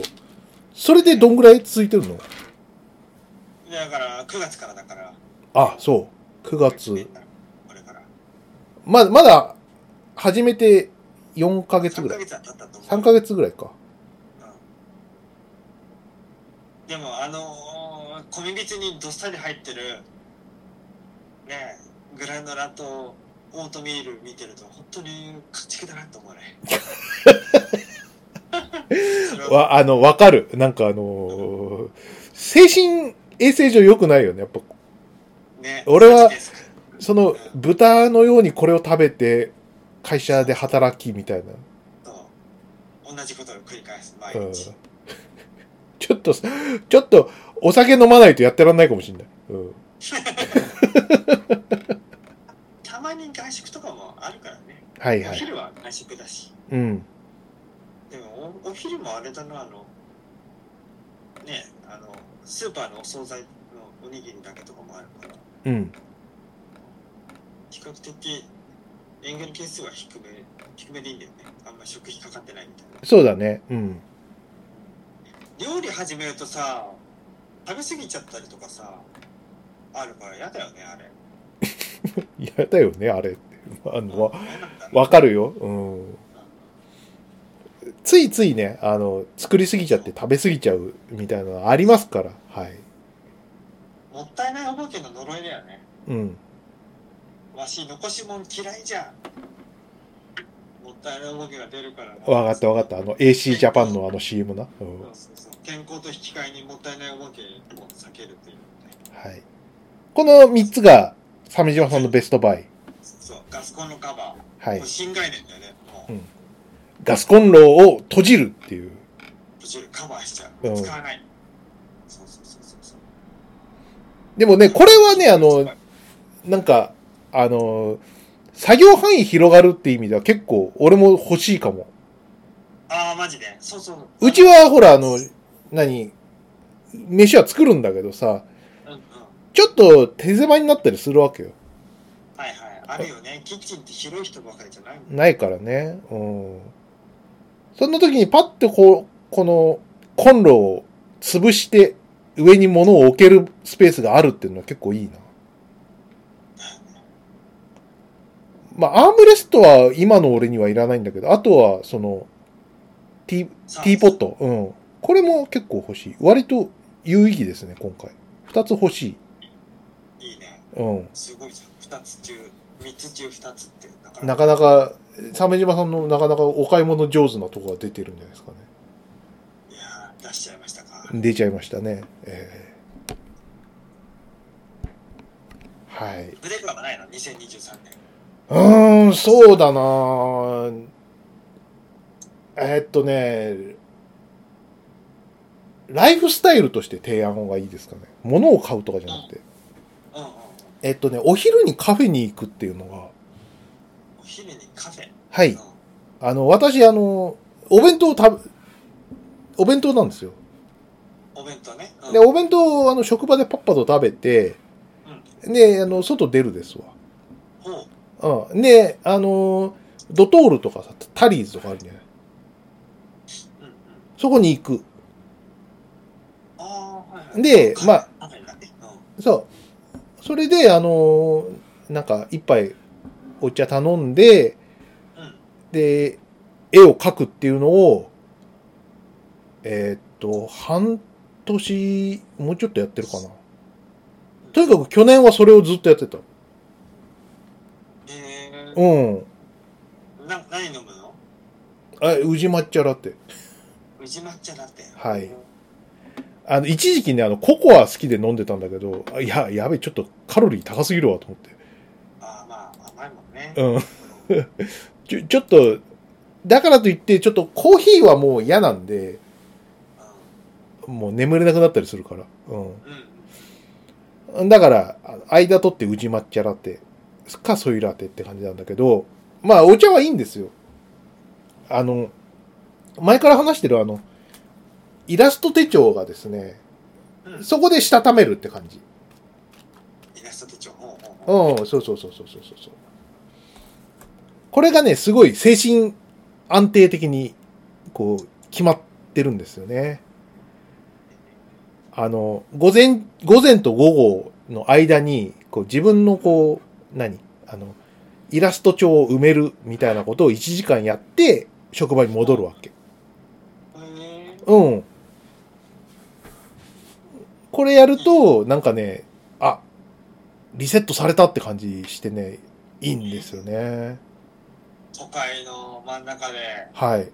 それでどんぐらい続いてるの
うんだから、9月からだから。
あ、そう。9月。。
これから。
まだ、まだ、始めて4ヶ月
3
ぐ
ヶ
らい。
月は経ったと思う。
3ヶ月ぐらいか。
うんでもあのー、米びつにどっさり入ってるねえグラノラとオートミール見てると本当に家畜だなと思 うねそれは
わ、あの、わかる。なんかあのー精神衛生上良くないよね。やっぱ、
ね
俺は
マジです
その、豚のようにこれを食べて、会社で働きみたいな。
そう同じことを繰り返す毎
うん
日、
ちょっと、ちょっと、お酒飲まないとやってらんないかもしれない。うん。
たまに外食とかもあるからね、
はいは
お
い。
昼は外食だし
うん。
でもおお昼もあれだなあのねあのスーパーのお惣菜のおにぎりだけとかもあるから
うん。
比較的塩原係数は低め低めでいいんだよねあんま食費かかってないみたいな
そうだね。うん。
料理始めるとさ食べ過ぎちゃったりとかさあるから嫌だよねあれ
嫌だよね、あれって。あの、わ、
嫌なんだろう
わかるよ。うん。ついついね、あの、作りすぎちゃって食べすぎちゃうみたいなのありますから。はい。
もったいないお化けの呪いだよね
うん。
わし残しもん嫌いじゃんもったいないお化けが出るから
わかったわかった。あの、AC ジャパンのあの CM な。うん。
そうそうそう健康と引き換えにもったいない動きを避けるというね
はい。この3つが、鮫島さんのベストバイ。
そうガスコンのカバー、
はい
これ。新概念だよねもう、
うんガスコンロを閉じるっていう。
途中でカバーしちゃ
う
う、
ん
使わないそうそうそうそうそう
でもね、これはね、あの、なんか、あの、作業範囲広がるって意味では結構俺も欲しいかも。
ああマジでそうそう
うちはほら、あの、何、飯は作るんだけどさ、
うんうん
ちょっと手狭になったりするわけよ。
はいはいあるよねキッチンって広い人ばかりじゃないもん
ないからね。うん。そんな時にパッてこう、このコンロを潰して上に物を置けるスペースがあるっていうのは結構いいな。まあ、アームレストは今の俺にはいらないんだけど、あとはその、ティー、
さあ
ティーポット。うん。これも結構欲しい。割と有意義ですね、今回。二つ欲しい。
いいね
うん。
すごいじゃん2つ中3つ中2つってなか
なかなか、鮫島さんのなかなかお買い物上手なとこが出てるんじゃないですかね。
いやー出しちゃいましたか
出ちゃいましたね。ええはい。
ブレーカーがないの、2023年。
うーん、そうだなぁえーっとね、ライフスタイルとして提案がいいですかね。物を買うとかじゃなくて。
うんうんうん。
えーっとね、お昼にカフェに行くっていうのが、
お昼にカフェ。
は
う
い
ん。
あの、私、あの、お弁当を食べ、お弁当なんですよ。
お弁当ね。うん
で、お弁当をあの、職場でパッパと食べて、で、あの、外出るですわ。
ほう。
うん。で、あの、ドトールとかさ、タリーズとかあるじゃない
うんうん。
そこに行く。
ああ、はいはい。
でまあ
カフェだね。う
そう。それで、あのーなんか、一杯お茶頼んで、
ん。うん。
で、絵を描くっていうのを、えーっと、半年、もうちょっとやってるかな。とにかく去年はそれをずっとやってた。
え
うん。
ー、な、何飲むの
あ、宇治抹茶ラテ。
宇治抹茶だって。
はい
うん
あの、一時期ね、あの、ココア好きで飲んでたんだけど、あいや、やべえ、ちょっとカロリー高すぎるわと思って。
ああ、まあ、甘いもんね。
うん。 ちょ、ちょっと、だからといって、ちょっとコーヒーはもう嫌なんで、もう眠れなくなったりするから。
うん。うん。
うん。だから、あの間取って宇治抹茶ラテ、かソイラテって感じなんだけど、まあお茶はいいんですよ。あの、前から話してるあの、イラスト手帳がですね、
うん
そこでしたためるって感じ。
イラスト手帳。ほうほうほう。
うん、そうそうそうそうそうそうそう。これがね、すごい精神安定的に、こう、決まってるんですよね。あの、午前、午前と午後の間に、こう、自分のこう、何あの、イラスト帳を埋めるみたいなことを1時間やって、職場に戻るわけ。
え
うん。これやると、なんかね、あ、リセットされたって感じしてね、いいんですよね。
都会の真ん中で、
はい。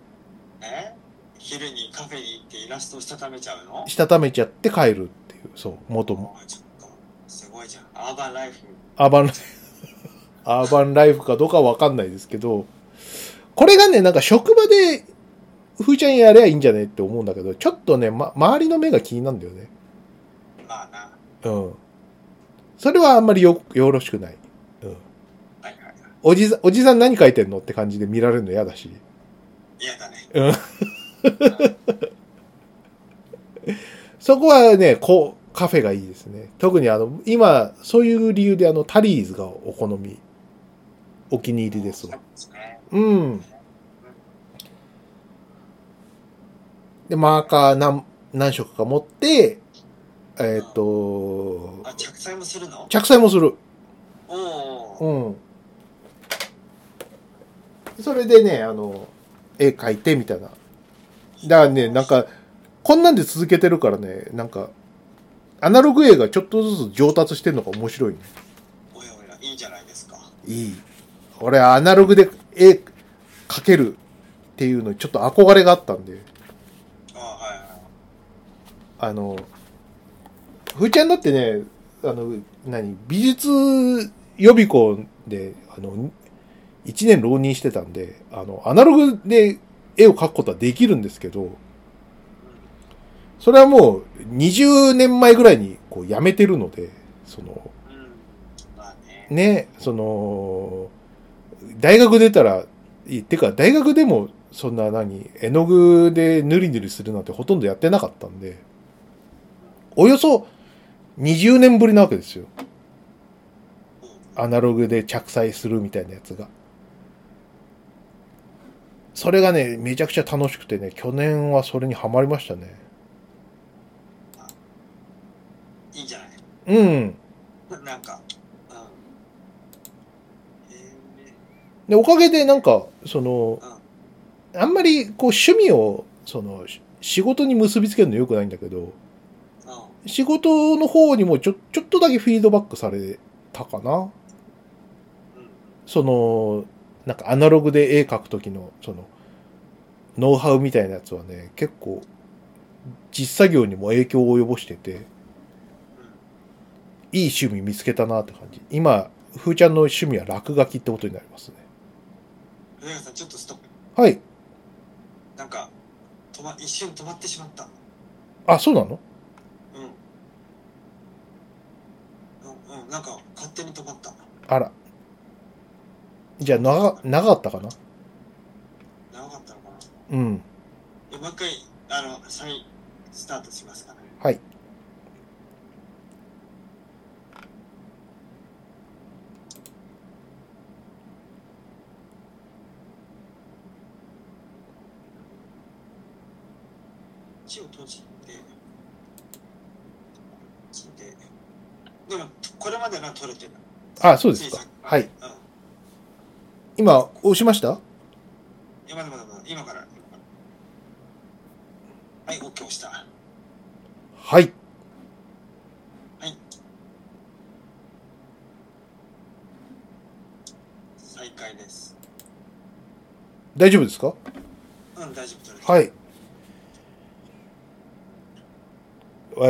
え昼にカフェに行ってイラストをしたためちゃうの
したためちゃって帰るっていう、そう、元も。
あちょっと、すごいじゃん。アーバンライフ。
アーバンライフ、 アーバンライフかどうかはわかんないですけど、これがね、なんか職場で、ふーちゃんやればいいんじゃねって思うんだけど、ちょっとね、ま、周りの目が気になるんだよね。
まあな。は
うん。それはあんまりよ、よろしくない。うん。
いはいはい。
おじさん、おじさん何書いてんのって感じで見られるの嫌だし。
嫌だね。
うん そこはね、こう、カフェがいいですね。特にあの、今、そういう理由であの、タリーズがお好み、お気に入りです
そ
わ
う。ですね。
うん。で、マーカー何、何色か持って、えーっ、と
あ、、着彩もするの
着彩もする。
おお。
うん。それでね、あの、絵描いてみたいな。だからね、なんか、こんなんで続けてるからね、なんか、アナログ絵がちょっとずつ上達してるのが面白いね。
おやおや、いいじゃないですか。
いい。俺、アナログで絵描けるっていうのにちょっと憧れがあったんで、
あはいはい。
あの、ふーちゃんだってね、あの、何、美術予備校で、あの、一年浪人してたんで、あの、アナログで絵を描くことはできるんですけど、それはもう20年前ぐらいにこうやめてるので、その、
うん。うん。まあね。
ね、その、大学出たら、いってか大学でもそんな何、絵の具でぬりぬりするなんてほとんどやってなかったんで、およそ20年ぶりなわけですよ。アナログで着彩するみたいなやつが。それがね、めちゃくちゃ楽しくてね、去年はそれにはまりましたね。
いいんじゃない
うん。
ななんか。うん。え
で、おかげでなんか、その
うん、
あんまりこう趣味を、その、し仕事に結びつけるの良くないんだけど、
ー、うん。
仕事の方にもちょ、ちょっとだけフィードバックされたかな。
うん。
その、なんかアナログで絵描くときの、その、ノウハウみたいなやつはね、結構、実作業にも影響を及ぼしてて、いい趣味見つけたなって感じ。今、ふーちゃんの趣味は落書きってことになりますね。
上原さん、ちょっとストップ。
はい。
なんか、止ま、一瞬止まってしまった。
あ、そうなの
うん。うん、うん、なんか、勝手に止まった。
あら。じゃあ、な、なかったかな
長かったのかな
うん。
えもう一回、あの、再スタートしますかね。
はい。
一を閉じて、閉じて、でも、これまでのは取れてる。
あ、そうです
小
か
さ。く
はい。
うん。
今、押しました
え、まだまだまだ、今から。はい、OK 押した。は
はい。
い。再開です。
大丈夫ですか
うん、大丈夫取れてる。
はい。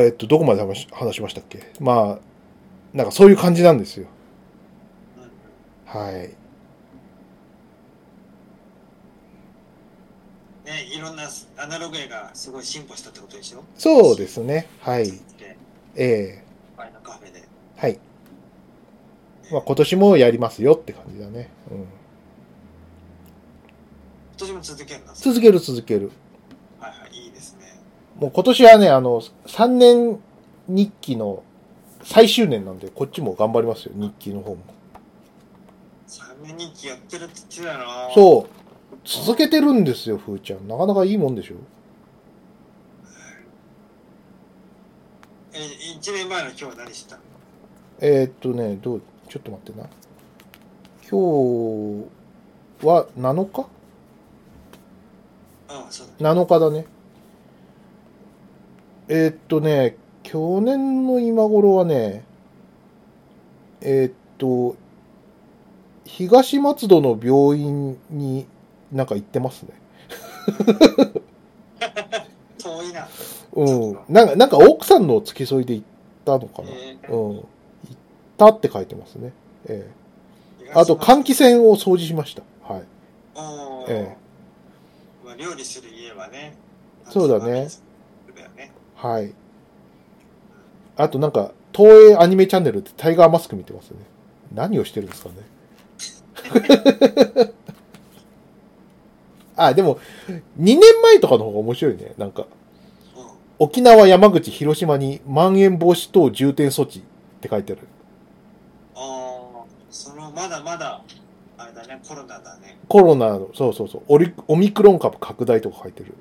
えっと、どこまで話し話しましたっけまあ、なんかそういう感じなんですよ。
うんうん
はい。
ね、いろんなアナログ絵がすごい進歩したってことでしょ
そうですね。はい。
で、
え
前のカフェで。
えはい。まあ、今年もやりますよって感じだね。うん、
今年も続けるんだ。
続ける続ける。
はいはい、いいですね。
もう今年はね、あの、3年日記の最終年なんで、こっちも頑張りますよ。日記の方も。
サメ人気やってるって言ってたよな。う。
そう。続けてるんですよ、ふーちゃん。なかなかいいもんでしょ。
え、1年前の今日は何してたの
えーっとね、どう、ちょっと待ってな。今日は7日
ああ、そうだ。
?7 日だね。えーっとね、去年の今頃はね、えーっと、東松戸の病院になんか行ってますね。
遠いな。
うん。なんか、なんか奥さんの付き添いで行ったのかな。
え
うん。行ったって書いてますね。ええ
ー
あと、換気扇を掃除しました。はい。
おー
え
まあ、料理する家はね。
そうだね。
だよ ね。
はい。あとなんか、東映アニメチャンネルってタイガーマスク見てますよね。何をしてるんですかね。あ、でも、2年前とかの方が面白いね。なんか、
うん。
沖縄、山口、広島にまん延防止等重点措置って書いてある。
ああ、その、まだまだ、あれだね、コロナだね。
コロナの、そうそうそう、オリオミクロン株拡大とか書いてる。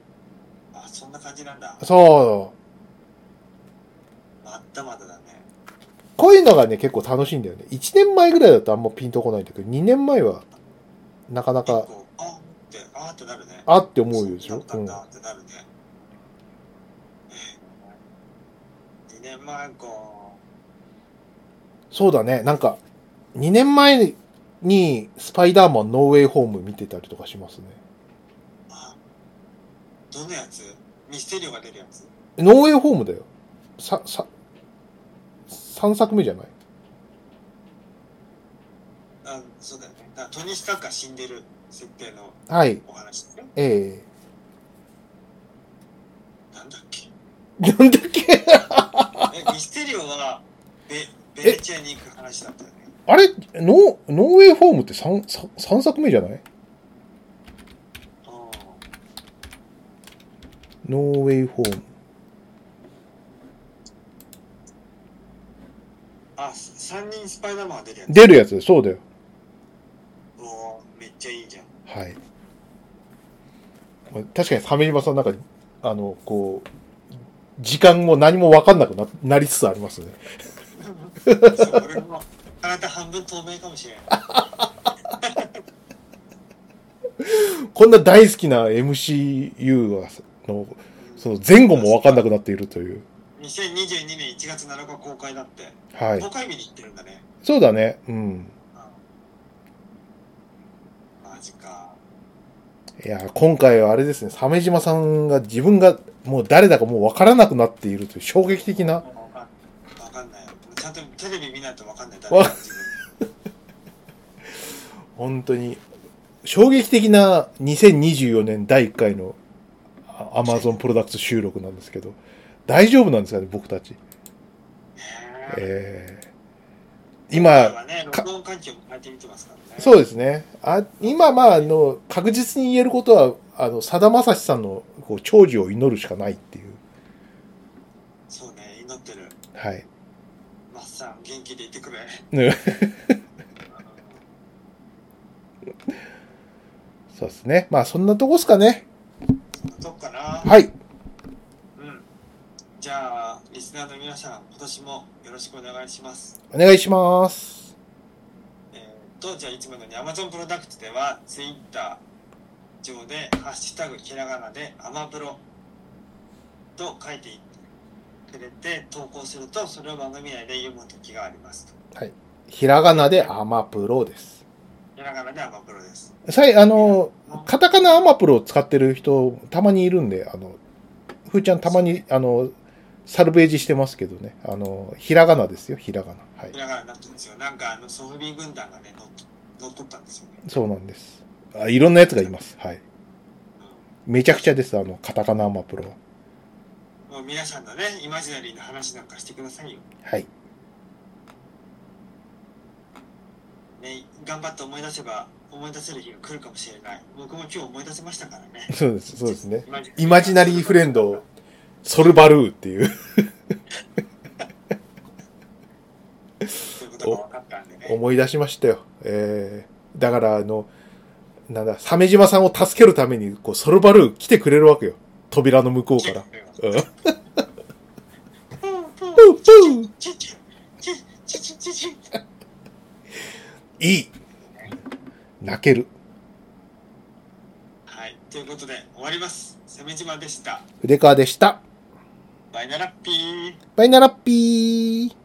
あ、そんな感じなんだ。
そう。
まだまだだね。
こういうのがね、結構楽しいんだよね。1年前ぐらいだとあんまピンとこないんだけど、2年前は、なかな
結
か、
構、あーって、あーってなるね。
あって思うでしょ。
そううなんだ
ん
ってなるね。え2年前か。
そうだね。なんか、2年前にスパイダーマンノーウェイホーム見てたりとかしますね。
あどのやつミステリオが出るやつ
ノーウェイホームだよ。さ、さ、3作目じゃない
あそうだよね。だからトニー・スタッカー死んでる設定の
はい。
お話だよ
え
なんだっけ
え なんだっけ
え、ミステリオはベ、ベネチアに行く話だったよね。
あれノー、ノーウェイホームって 3, 3作目じゃない
あー
ノーウェイホーム。
あ、3人スパイダーマンが出るやつ。
出るやつそうだよ。
おおめっちゃいいじゃん。
はい。まあ確かに鮫島さんなんか、あの、こう、時間も何もわかんなくななりつつありますね。
そう俺も体半分透明かもしれない。
こんな大好きな MCU がの、その前後もわかんなくなっているという。
2022年1月7日公開だって、
はい
公。開日に行ってるんだね
そうだね。うん。
マジか
いや、今回はあれですね、鮫島さんが自分がもう誰だかもうわからなくなっているという衝撃的な。
分かんないちゃんとテレビ見ないと分かんない。
わ本当に、衝撃的な2024年第1回のあ Amazon プロダクツ収録なんですけど、大丈夫なんですかね、僕たち。えー今、
今ね、
か
録音環境も変えてみてますからね。
そうですね。あ今、まあ、あの、確実に言えることは、あの、さだまさしさんの、こう、長寿を祈るしかないっていう。
そうね、祈ってる。
はい。
マッサン、元気でいてくれ。
ねそうですね。まあ、そんなとこっすかね。
どっかな。
はい。
うん。じゃあ、リスナーの皆さん、今年もよろしくお願いします。
お願いします。
えー、と、じゃあ、いつものように Amazon プロダクツでは、Twitter 上で、ハッシュタグひらがなで、アマプロと書いてくれて投稿すると、それを番組内で読む時がありますと。
ひらがなでアマプロです。
ひらがなでアマプロです。
さい、あの、カタカナアマプロを使ってる人、たまにいるんで、あの、ふーちゃんたまに、あの、サルベージしてますけどね。あの、ひらがなですよ、ひらがな。はい
ひ。らがなになってるんですよ。なんか、あの、ソフビ軍団がね、乗っ乗っ取ったんですよね。
そうなんです。あいろんなやつがいます。はい。めちゃくちゃです、あの、カタカナアマプロは。
うん、もう皆さんのね、イマジナリーの話なんかしてくださいよ。
はい。
ね、頑張って思い出せば思い出せる日が来るかもしれない僕も今日思い出せましたからね
そうです、そうですね。
マジ
イマジナリーフレンド、ソルバルーっていう。
そういうことが分かったんでね
思い出しましたよ。えー、だからあの、なんだ、鮫島さんを助けるために、こう、ソルバルー来てくれるわけよ。扉の向こうから。うん。
プープー
プー
チュチュチュチュチュチュチュ
いい泣ける。
はいということで終わります鮫島でした
筆川でした。
バイナラッピー
バイナラッピー